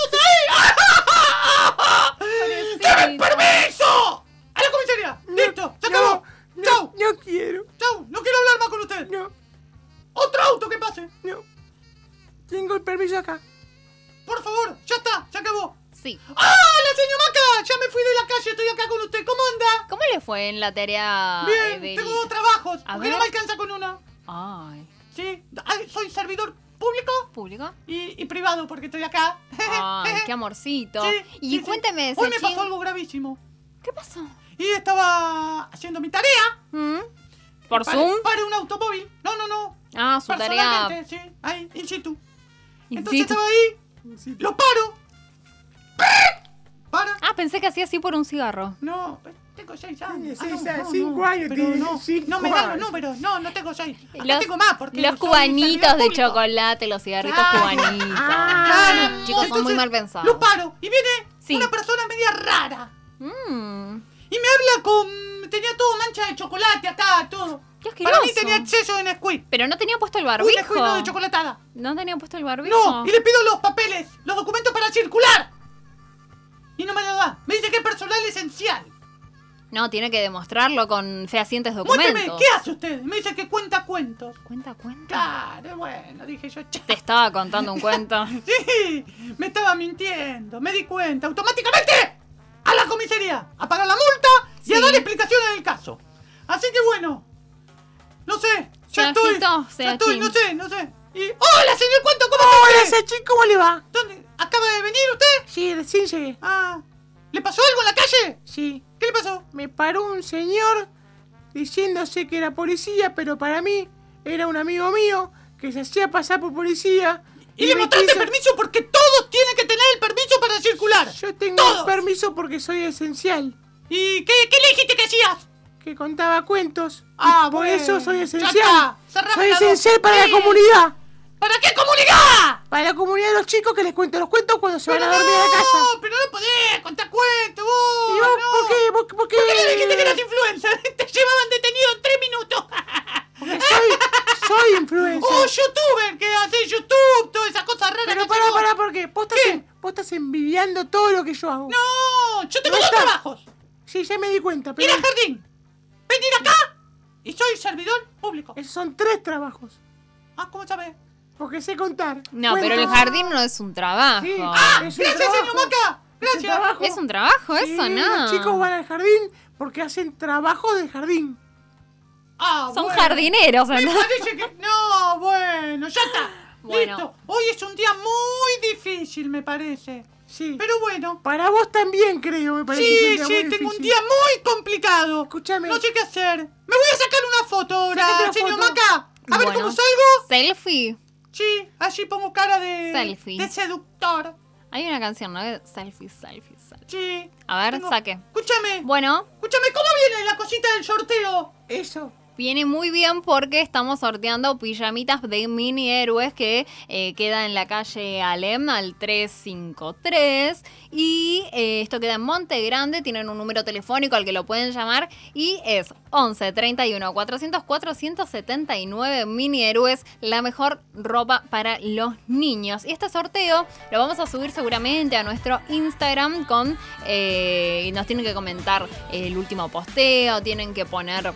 ahí! ¡Deme el permiso! ¡A la comisaría! ¡Listo! ¡Se acabó! No, ¡Chau! No quiero, ¡Chau! ¡No quiero hablar más con usted! no, ¡Otro auto que pase! no. Tengo el permiso acá. ¡Por favor! ¡Ya está! ¡Se acabó! Sí. ¡Ah! ¡La señora Maca! ¡Ya me fui de la calle! ¡Estoy acá con usted! ¿Cómo anda? ¿Cómo le fue en la tarea? Bien, Evelyn? tengo dos trabajos. A porque ver. no me alcanza con uno. Ay. Sí, ay, soy servidor público ¿Público? y, y privado, porque estoy acá. (laughs) Ay, qué amorcito. Sí, y sí, sí. cuénteme, Hoy me Sachin, pasó algo gravísimo. ¿Qué pasó? ¿Mm? Y estaba haciendo mi tarea. para, ¿Por Zoom? Para un automóvil. No, no, no. Ah, su tarea. Personalmente, sí. Ahí, in situ. In Entonces situ. estaba ahí. Lo paro. Para. Ah, pensé que hacía así por un cigarro. No, tengo seis años. seis Ah, no, años, no, cinco no, años pero tiene, no, cinco no me dan los años. números. No, no tengo seis. Acá Los, tengo más porque soy los servidor cubanitos de público. chocolate, los cigarritos Claro. Ah, cubanitos. Claro. Chicos, son muy Entonces, mal pensados. Lo paro y viene una persona media rara. Mm. Y me habla con. Tenía todo mancha de chocolate acá, todo. Para mí asqueroso. tenía exceso de Nesquik. Pero no tenía puesto el Un barbijo. Nesquik no de chocolatada. No tenía puesto el barbijo. No, y le pido los papeles, los documentos para circular. Y no me lo da. Me dice que es personal esencial. No, tiene que demostrarlo con fehacientes Muéstrame, documentos. ¿qué hace usted? Me dice que cuenta cuentos. ¿Cuenta cuentos? Claro, bueno, dije yo, "Cha". Te estaba contando un (laughs) cuento. Sí, (laughs) me estaba mintiendo, me di cuenta. Automáticamente a la comisaría, a pagar la multa y a dar explicaciones del caso. Así que bueno, no sé, ya Se estoy. agitó, se Ya estoy, agitó. no sé, no sé. Y, ¡Hola, señor Cuento! ¿Cómo Hola, está usted? Sachin, ¿cómo le va? ¿Dónde? ¿Acaba de venir usted? Sí, recién llegué. Ah, ¿le pasó algo en la calle? Sí. ¿Qué le pasó? Me paró un señor diciéndose que era policía, pero para mí era un amigo mío que se hacía pasar por policía. Y, le me mostraste quiso- permiso porque todos tienen que tener el permiso para circular. Yo tengo Todos. permiso porque soy esencial. ¿Y qué, qué le dijiste que hacías? Que contaba cuentos. Ah, Y por bueno. eso soy Ya esencial. está. Cerrame Soy la boca. esencial para Sí. la comunidad. ¿Para qué comunidad? Para la comunidad de los chicos que les cuento los cuentos cuando se van a dormir a la casa. No, pero no podés contar cuentos vos. ¿Y vos no. por qué? ¿Vos- ¿Por qué? ¿Por qué le dijiste que eras influencer? (laughs) Te llevaban detenido en tres minutos. (laughs) Porque soy, soy influencer. ¡Oh, youtuber! Que hace YouTube, todas esas cosas raras. Pero que pará, hacemos. pará, porque vos estás, en- vos estás envidiando todo lo que yo hago. No, yo tengo No dos está. trabajos. Sí, ya me di cuenta, Ir pero al jardín. Venir acá. Y soy servidor público. esos son tres trabajos. Ah, ¿cómo sabes? Porque sé contar. No, Cuentos. pero el jardín no es un trabajo. Sí, ¡Ah! es un ¡Gracias, trabajo. señor Maca! Es un ¡Gracias! trabajo. Es un trabajo Sí, eso, ¿no? Los chicos van al jardín porque hacen trabajo de jardín. Ah, Son bueno. jardineros, Me ¿no? parece que. No, bueno, ya está. (laughs) Bueno. Listo. Hoy es un día muy difícil, me parece. Sí. Pero bueno. Para vos también, creo, me parece. que Sí, es un sí, día tengo muy difícil. un día muy complicado. Escúchame. No sé qué hacer. Me voy a sacar una foto Sácate ahora, la señor foto. Maca. A ver Bueno. cómo salgo. Selfie. Sí, allí pongo cara de. Selfie. De seductor. Hay una canción, ¿no? Selfie, selfie, selfie. Sí. A ver, Tengo- saque. Escúchame. Bueno, Escúchame, ¿cómo viene la cosita del sorteo? Eso. Viene muy bien porque estamos sorteando pijamitas de mini héroes que eh, queda en la calle Alem al 353. Y eh, esto queda en Monte Grande. Tienen un número telefónico al que lo pueden llamar y eh, es 11 31 400 479 mini héroes. La mejor ropa para los niños. Y este sorteo lo vamos a subir seguramente a nuestro Instagram con. eh, nos tienen que comentar el último posteo, tienen que poner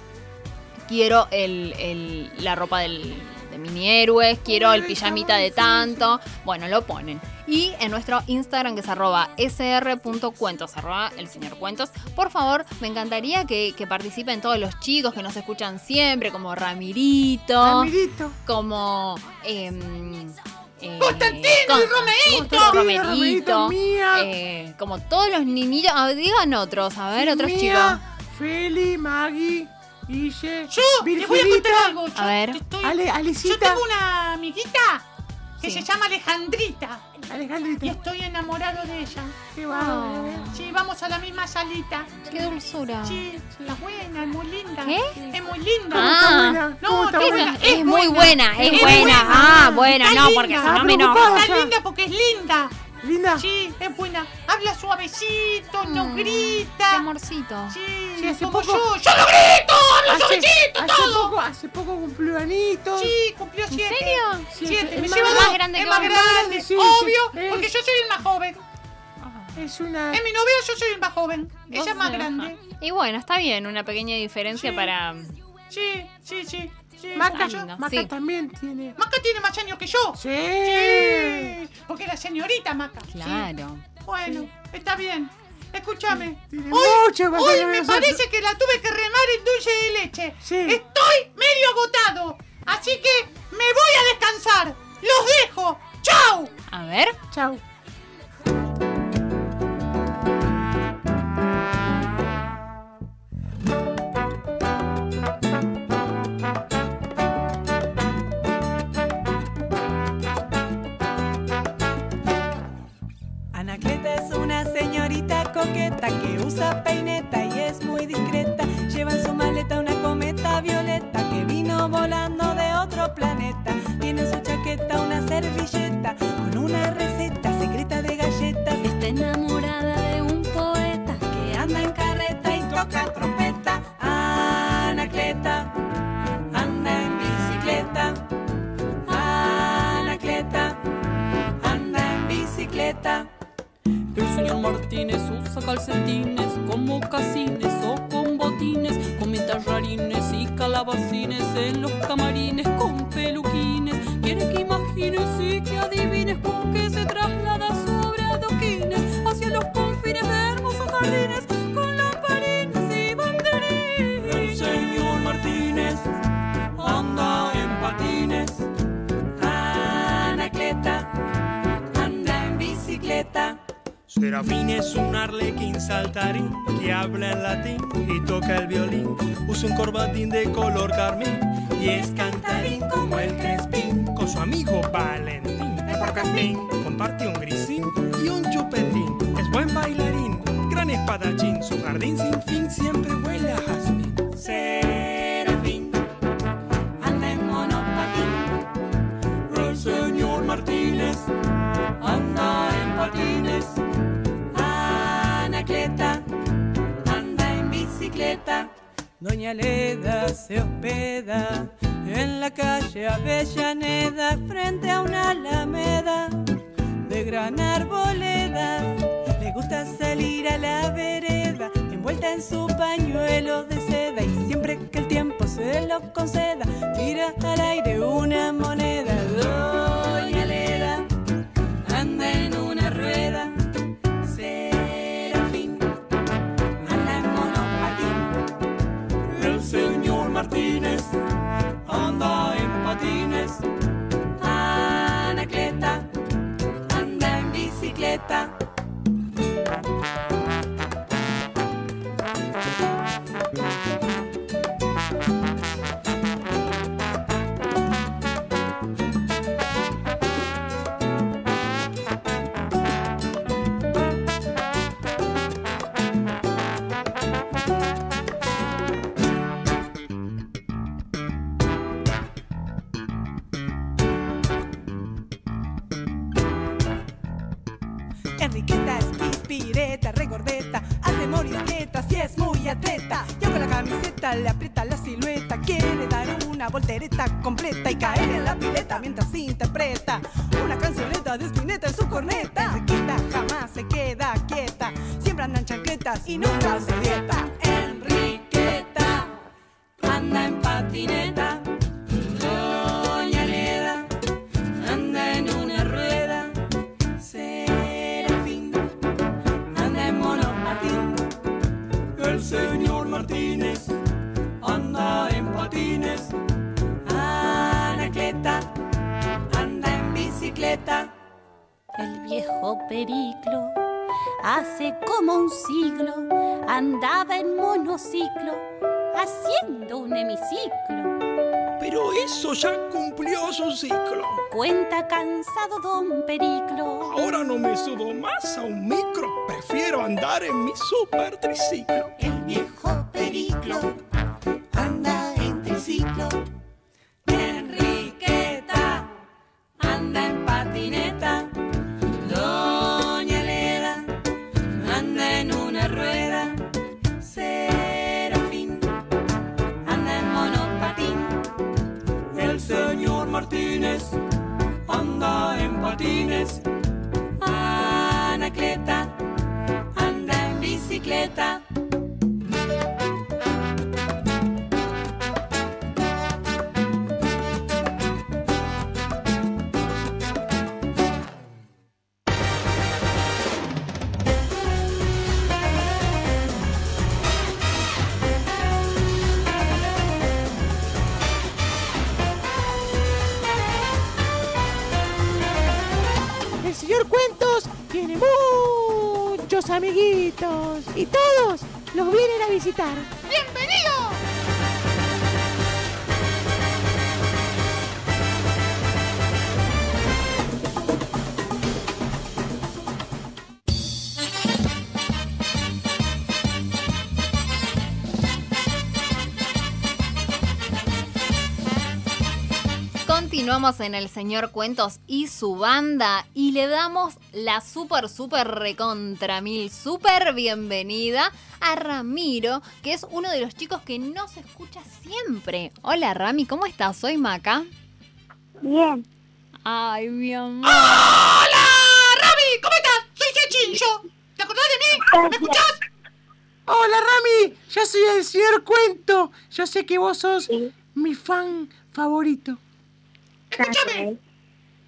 quiero el, el- la ropa del, de mini héroes, quiero el pijamita de tanto. Bueno, lo ponen. Y en nuestro Instagram que es arroba sr.cuentos, arroba el señor cuentos, por favor, me encantaría que, que participen todos los chicos que nos escuchan siempre, como Ramirito, Amiguito. como... em, eh, Constantino y Con- Romeito. Constantino, Romeito, Romeito, Mía. eh, como todos los niñitos, ah, digan otros, a ver, otros chicos. Mía, Feli, Maggie, Guille, Yo te voy a Virginita, contar algo. Yo A ver. te estoy- Ale, Yo Alicita, tengo una amiguita que Sí. se llama Alejandrita y Alejandrita. estoy enamorado de ella. Qué bárbaro. Sí, vamos a la misma salita. Qué dulzura. Sí, la buena, es muy linda. ¿Qué? Es muy linda. ¿Cómo está Ah. buena? No, ¿Cómo está ¿qué buena? dicen? Es muy buena, es Es buena. buena. Ah, bueno, Está no, linda. porque si no Está me enojo. Ah, preocupada. Está ya. linda porque es linda. Linda. Sí, es buena. Habla suavecito, no Mm, Qué grita. amorcito. Sí, Sí, hace como poco- yo. ¡Yo no grito! ¡Hablo suavecito! hace ¡Todo! poco, hace poco cumplió Anito. Sí, cumplió siete. serio? Siete. Siete. Me Es lleva más dos. grande Es que más vos. grande, Sí, sí. obvio, Es- porque yo soy el más joven. Es una. Es mi novia, yo soy el más joven. Vos Ella es más sos- grande. Y bueno, está bien, una pequeña diferencia Sí. para. Sí, sí, sí. sí Maca, yo- linda. Maca Sí. también tiene. Maca tiene más años que yo. Sí. Sí, Porque era señorita Maca. Sí. Claro. Bueno, está bien. Escúchame. Tiene Hoy, mucho más hoy años que me nosotros. parece que la tuve que remar en dulce de leche. Sí. Estoy medio agotado. Así que me voy a descansar. Los Chau. Anacleta es una señorita coqueta que usa peineta y es muy discreta. Lleva en su maleta una cometa violeta que vino volando de otro planeta. Tiene en su chaqueta una servilleta con una receta secreta de galletas. Está enamorada de un poeta que anda en carreta y toca trompeta. Anacleta anda en bicicleta. Anacleta anda en bicicleta. El señor Martínez usa calcetines como casines o con botines, come tallarines y calabacines en los camarines con peluquines. Quiere que imagines y que adivines con qué se traslada sobre adoquines hacia los confines de hermosos jardines con lamparines y banderines. El señor Martínez anda en patines. Anacleta anda en bicicleta. Serafín es un arlequín saltarín que habla en latín y toca el violín. Usa un corbatín de color carmín y es cantarín como el Crespín. Con su amigo Valentín, el porcaspín, comparte un grisín y un chupetín. Es buen bailarín, gran espadachín. Su jardín sin fin siempre huele a jazmín. Serafín anda en monopatín. El señor Martínez anda en patines. Anacleta anda en bicicleta. Doña Leda se hospeda En la calle Avellaneda, frente a una alameda de gran arboleda, le gusta salir a la vereda, envuelta en su pañuelo de seda y siempre que el tiempo se lo conceda, tira al aire una moneda. Doña Leda anda en una rueda. Serafín anda en monopatín. El señor Martínez anda en patines. Anacleta anda en bicicleta. Enriqueta es pispireta, regordeta, hace morisqueta, si es muy atleta. Y con la camiseta le aprieta la silueta, quiere dar una voltereta completa y caer en la pileta mientras interpreta una cancioneta de espineta en su corneta. Enriqueta jamás se queda quieta, siempre andan chancletas y nunca hace dieta. Enriqueta anda en patineta. Doña Leda anda en una rueda. Serafín anda en monopatín. El señor Martínez anda en patines. Anacleta anda en bicicleta. El viejo Periclo hace como un siglo andaba en monociclo haciendo un hemiciclo. Pero eso ya cumplió su ciclo. Cuenta cansado don Periclo. Ahora no me subo más a un micro, prefiero andar en mi super triciclo. El viejo Periclo anda en triciclo. Enriqueta anda en patineta. Doña Leda anda en una rueda. Serafín anda en monopatín. El señor Martínez anda en patines. Anacleta anda en bicicleta. El señor Cuento sus amiguitos y todos los vienen a visitar. ¡Bienvenido! Continuamos en el señor Cuentos y su banda y le damos la super, super recontra mil, super bienvenida a Ramiro, que es uno de los chicos que no se escucha siempre. Hola Rami, ¿cómo estás? Soy Maca. Bien. Ay, mi amor. Ah, Rami, ¿cómo estás? Soy Sechincho. ¿Te acordás de mí? ¿Me escuchás? Hola Rami, yo soy el señor Cuento. Yo sé que vos sos mi fan favorito. Escúchame.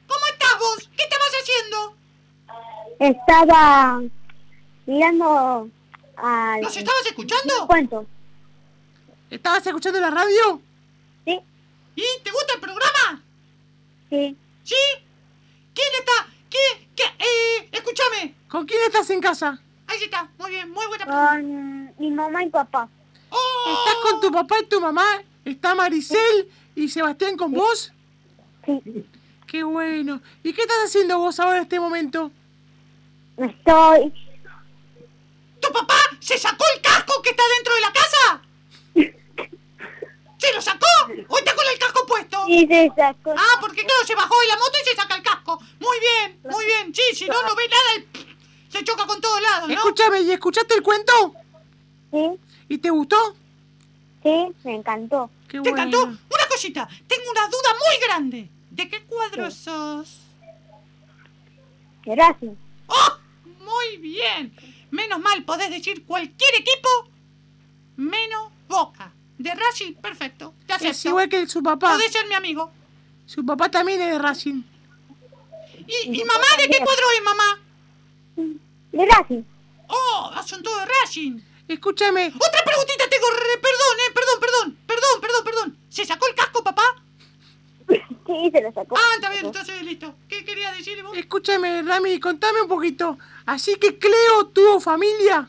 ¿Cómo estás vos? ¿Qué estabas haciendo? Estaba mirando al... ¿Nos estabas escuchando? Cuento. ¿Estabas escuchando la radio? Sí. ¿Y te gusta el programa? Sí. ¿Sí? ¿Quién está? ¿Qué? ¿Qué? Eh, escúchame. ¿Con quién estás en casa? Ahí está. Muy bien, muy buena pregunta. Con mi mamá y papá. Oh. ¿Estás con tu papá y tu mamá? ¿Está Maricel y Sebastián con vos? Sí. Qué bueno. ¿Y qué estás haciendo vos ahora en este momento? Estoy... ¿Tu papá se sacó el casco que está dentro de la casa? ¿Se lo sacó? ¿O está con el casco puesto? Sí, se sacó. Ah, porque claro, se bajó de la moto y se saca el casco. Muy bien, muy bien. Sí, si no, no ve nada, el- se choca con todos lados, ¿no? Escúchame, ¿y escuchaste el cuento? Sí, ¿Y te gustó? sí, me encantó. Qué ¿Te encantó? Una cosita, tengo una duda muy grande. ¿De qué cuadro sos? Gracias. ¡Oh! Muy bien. Menos mal, podés decir cualquier equipo menos Boca. De Racing, perfecto. Te acepto. Es igual que su papá. Podés ser mi amigo. Su papá también es de Racing. ¿Y, y mamá de qué cuadro es, mamá? De Racing. ¡Oh! Asunto de Racing. Escúchame. Otra preguntita tengo. re- perdón, eh. Perdón, perdón. Perdón, perdón, perdón. ¿Se sacó el casco, papá? Sí, se lo sacó. Ah, está bien. Entonces, listo. ¿Qué querías decir vos? Escúchame, Rami, contame un poquito. Así que Cleo tuvo familia.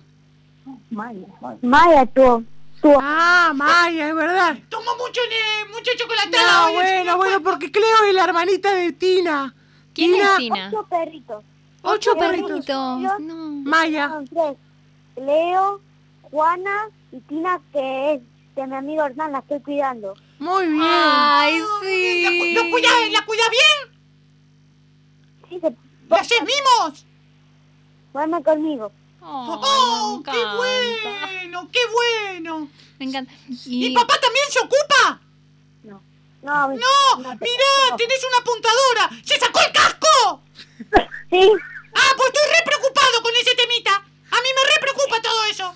Maya. Maya tuvo. tuvo. Ah, Maya, es verdad. Tomó mucho, eh, mucho chocolatada. No, hoy el bueno, señor bueno, porque Cleo es la hermanita de Tina. ¿Quién es Tina? Ocho perritos. Ocho perritos. perritos. No. Maya. Son tres. Leo, Juana y Tina, que es de mi amigo Hernán, la estoy cuidando. Muy bien. Ay, ¿La, cu- sí. lo cuida- ¿La cuida bien? Sí, se ¿La haces mimos? duerme conmigo. ¡Oh, Oh, me qué encanta. bueno! ¡Qué bueno! Me encanta. ¿Y, Y, papá también se ocupa? No, ¡No! ¡Mirá! ¡Tenés una apuntadora! ¡Se sacó el casco! (laughs) Sí, ¡Ah, pues estoy re preocupado con ese temita! ¡A mí me re preocupa todo eso!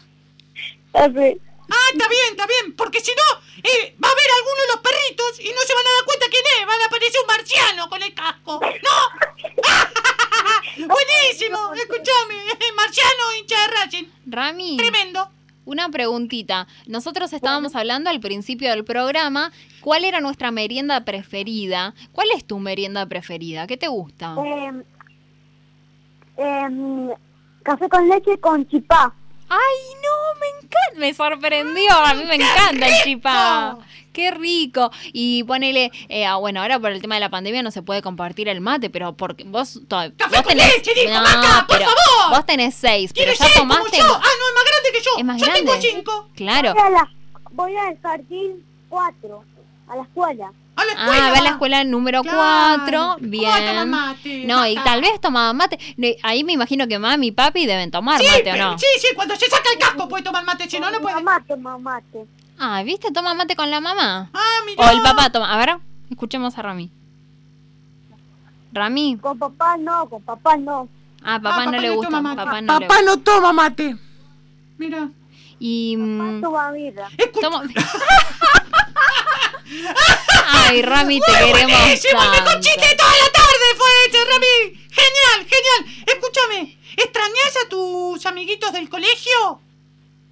así. ¡Ah, está bien, está bien! Porque si no, eh, va a haber alguno de los perritos y no se van a dar cuenta quién es. Van a aparecer un marciano con el casco. (laughs) ¡No! (laughs) ¡Buenísimo! Escuchame, eh, marciano hincha de Racing. Rami. Tremendo. Una preguntita. Nosotros estábamos hablando al principio del programa cuál era nuestra merienda preferida. ¿Cuál es tu merienda preferida? ¿Qué te gusta? Em, em, café con leche con chipá. ¡Ay, no! ¡Me encanta! Me sorprendió. A mí me encanta el chipá. ¡Qué rico! Y ponele, eh, ah, bueno, ahora por el tema de la pandemia no se puede compartir el mate, pero porque vos, to- ¡Café vos con leche, dijo Maca, por pero favor! Vos tenés seis, pero ¿Quieres ya ser como tomaste. yo? ¡Ah, no! Es más grande que yo. Es más yo tengo grande. cinco. Claro. Voy a la- voy al jardín 4, a la escuela. A la escuela. Ah, va a la escuela número Claro. 4. Bien. Ay, toman mate, no, y Maca. tal vez tomaban mate. Ne- Ahí me imagino que mami y papi deben tomar Sí, mate o pero- no. sí, sí, cuando se saca el casco puede tomar mate, si no, no puede. Mamá toma mate. Ah, ¿viste? Toma mate con la mamá. Ah, O mira. el papá toma. A ver, escuchemos a Rami. Rami. Con papá no, con papá no. Ah, papá, papá no le no gusta. toma mate. Papá no le Papá no toma mate. Mira. Y. mm, Toma birra. (laughs) tomo- Ay, Rami, te queremos. Buenísimo, el mejor tanto. chiste de toda la tarde fue ese, Rami. Genial, genial. Escúchame, ¿extrañas a tus amiguitos del colegio?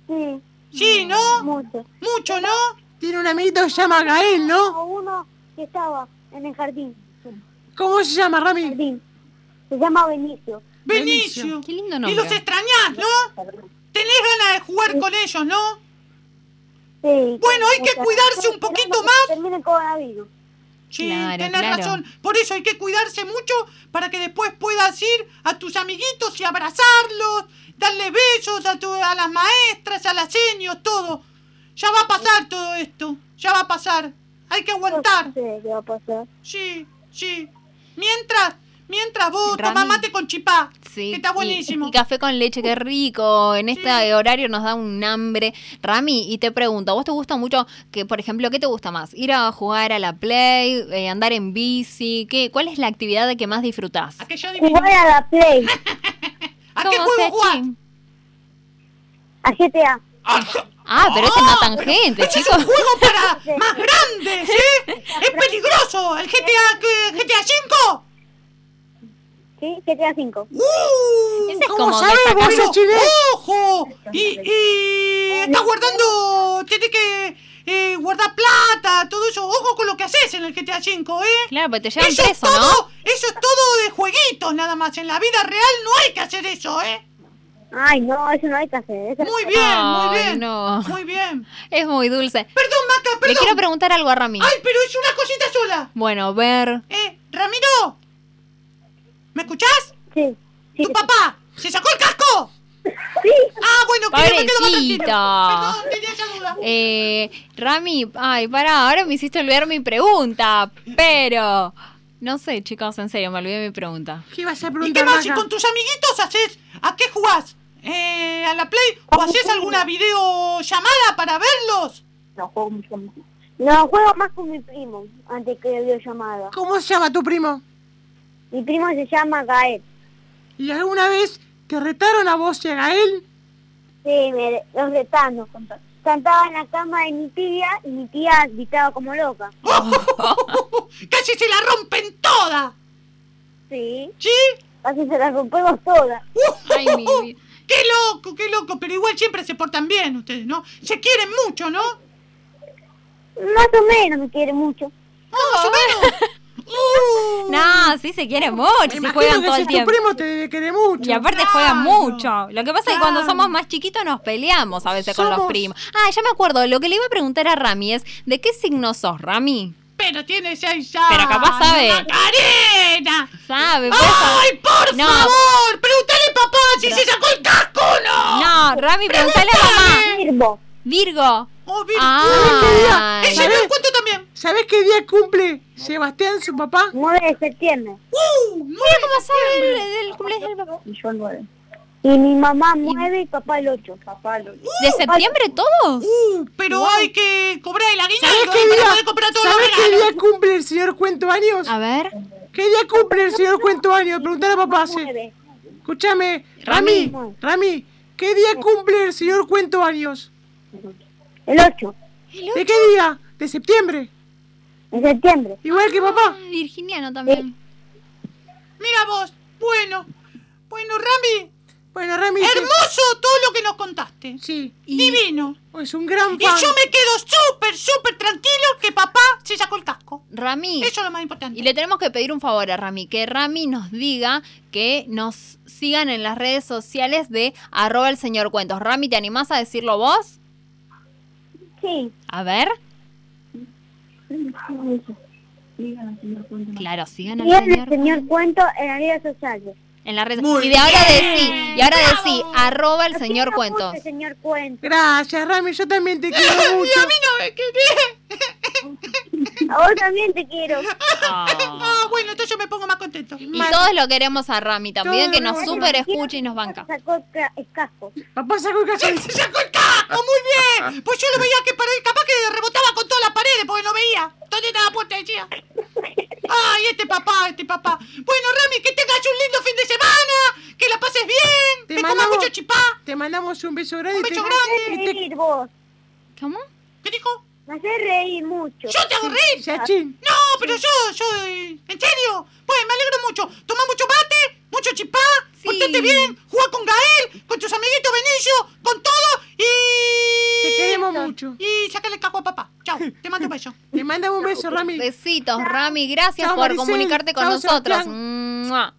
Sí, Sí, ¿no? mucho. Mucho, ¿no? Tiene un amiguito que se llama Gael, ¿no? Tengo uno que estaba en el jardín. ¿Cómo se llama, Rami? Se llama Benicio. Benicio. Qué lindo Y nombre. los extrañás, ¿no? Tenés ganas de jugar con ellos, ¿no? Sí. Bueno, hay que cuidarse un poquito más. Termine el coronavirus. Sí, Claro, tenés claro. razón. Por eso hay que cuidarse mucho para que después puedas ir a tus amiguitos y abrazarlos, darle besos a, tu- a las maestras, a las senios, todo. Ya va a pasar todo esto. Ya va a pasar. Hay que aguantar. va a pasar. Sí, sí. Mientras, mientras vos tomás Rami. mate con chipá. Sí, que está y- buenísimo. Y, café con leche, qué rico. En este horario nos da un hambre. Rami, y te pregunto, ¿a vos te gusta mucho que, por ejemplo, qué te gusta más? ¿Ir a jugar a la play? eh, ¿Andar en bici? ¿Qué, ¿Cuál es la actividad de que más disfrutás? Jugar a la Play, (laughs) ¿A (laughs) qué juego jugás? a GTA. Ah, pero ese matan gente, ese chicos. Es un juego (laughs) para más grande, ¿sí? Es peligroso. El GTA, que- GTA 5. Sí, GTA 5. ¡Uh! Ese es ¿Cómo como sabés destacar- vos, Chile? ¡Ojo! Y, y estás guardando, tenés que eh, guardar plata, todo eso. Ojo con lo que haces en el GTA V, ¿eh? Claro, pero te llevan eso preso, es ¿no? todo, Eso es todo de jueguitos nada más. En la vida real no hay que hacer eso, ¿eh? Ay, no, eso no hay que hacer. eso- Muy bien, muy Ay, bien. no. Muy bien. (laughs) Es muy dulce. Perdón, Maca, Le perdón. quiero preguntar algo a Rami. Ay, pero es una cosita sola. Bueno, ver. Eh, Ramiro. ¿Me escuchás? Sí. ¿Tu papá se sacó el casco? Sí. Ah, bueno, que me quedo más Pobrecito. tranquilo. Perdón, tenía esa duda. Eh, Rami, ay, pará, ahora me hiciste olvidar mi pregunta, pero... No sé, chicos, en serio, me olvidé mi pregunta. ¿Qué vas a ¿Y preguntar? qué más? ¿Y Maca? con tus amiguitos haces? ¿A qué jugás? Eh, ¿A la Play? ¿O haces alguna videollamada para verlos? No, juego mucho con mi- No, juego más con mi primo, antes que la llamada. ¿Cómo se llama tu primo? Mi primo se llama Gael. ¿Y alguna vez te retaron a vos y a Gael? Sí, me, los retanos. Cantaba en la cama de mi tía y mi tía gritaba como (laughs) loca. ¡Casi se la rompen toda! Sí. ¿Sí? Uh, Casi se la rompemos toda. Ay, mi vida. ¡Qué loco, qué loco! Pero igual siempre se portan bien ustedes, ¿no? Se quieren mucho, ¿no? Más o menos me quiere mucho. Más o menos. No, sí se quieren mucho, se Imagino juegan que todo si el tiempo. tu primo te debe querer mucho. Y aparte juegan mucho. Lo que pasa es que cuando Claro. somos más chiquitos nos peleamos a veces con los Somos- primos. Ah, ya me acuerdo, lo que le iba a preguntar a Rami es, ¿de qué signo sos, Rami? Pero tiene seis años. Pero capaz sabe. ¡Macarena! ¿Sabe? por eso- ¡Ay, por No. favor! ¡Pregúntale, papá, si se sacó el casco o no! No, Rami, preguntale a mamá. Virgo. Virgo. ¡Oh, Virgo! Ah. ¡Ella ¿Sabés? me cuento también! ¿Sabés qué día cumple Sebastián, su papá? 9 de septiembre. ¡Uh! ¡No Mira cómo sabe el, el cumpleaños del papá. Y yo el 9. Y mi mamá 9 y papá el 8. Papá el 8. ¿De septiembre todos? ¡Uh! Pero hay que cobrar el ¿Sabés aguinaldo ¿eh? qué para día, poder comprar todos los ¿sabés qué regalos. día cumple el señor Cuento Años? A ver. ¿Qué día cumple el señor Cuento Años? Preguntale a papá. sí. Escúchame, Rami, Rami, ¿qué día cumple el señor Cuento Años? El 8. ¿De qué día? ¿De septiembre? En septiembre. Igual que papá. Ay, Ah, Virginiano también. Mira vos. Bueno. Bueno, Rami. Bueno, Rami. sí. Hermoso todo lo que nos contaste. Sí. Oh, Divino. Es un gran Y fan. yo me quedo súper, súper tranquilo que papá se sacó el casco. Rami. Eso es lo más importante. Y le tenemos que pedir un favor a Rami, que Rami nos diga que nos sigan en las redes sociales de arroba el señor cuentos. Rami, ¿te animás a decirlo vos? Ah, Sí. A ver. Claro, sigan al Y el señor. señor cuento en las redes sociales. En las redes Muy Y de ahora bien. decí, y ahora decí, arroba el señor Quiero mucho, cuentos. señor cuento. Gracias, Rami, yo también te quiero (laughs) Y a mucho. mí no me querés. A vos también te quiero. (laughs) Ah, bueno, entonces yo me pongo más contento. Y todos lo queremos a Rami también, Todos que lo nos queremos. super escuche y nos banca. Sacó el ca- el casco. Papá sacó el cachón. ¡Se sacó el casco! ¡Muy bien! Pues yo lo veía que para capaz que rebotaba con todas las paredes porque no veía. ¿Dónde estaba la puerta, decía? ¡Ay, este papá, este papá! Bueno, Rami, que tengas un lindo fin de semana, que la pases bien, Te que comas mandamos- mucho chipá. Te mandamos un beso grande. Un y te- beso Me grande. haces reír vos. ¿Cómo? ¿Qué dijo? Me haces reír mucho. ¡Yo te hago reír! Yachín. No, pero yo, yo, eh, ¿en serio? Pues me alegro mucho. Toma mucho mate, mucho chipá, Sí. portate bien, juega con Gael, con tus amiguitos Benicio, con todo y... Te queremos mucho. Y sácale el caco a papá. Chao, te mando un beso. Te mandamos un beso, Rami. Besitos, Rami, gracias Chao, por Maricel. comunicarte con Chao, nosotros. Sebastián. Mua.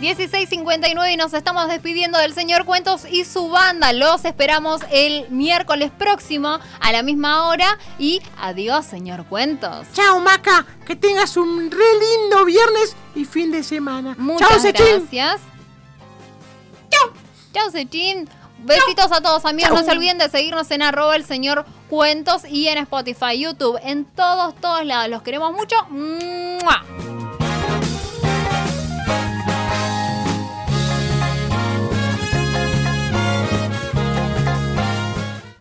16.59 y nos estamos despidiendo del señor Cuentos y su banda. Los esperamos el miércoles próximo a la misma hora. Y adiós, señor Cuentos. Chao, Maca. Ah, Que tengas un re lindo viernes y fin de semana. Muchas Chao, Sechín. gracias. Chao. Chao, Sechín. Besitos a todos amigos, no se olviden de seguirnos en arroba el señor cuentos y en Spotify, YouTube, en todos, todos lados. Los queremos mucho. ¡Mua!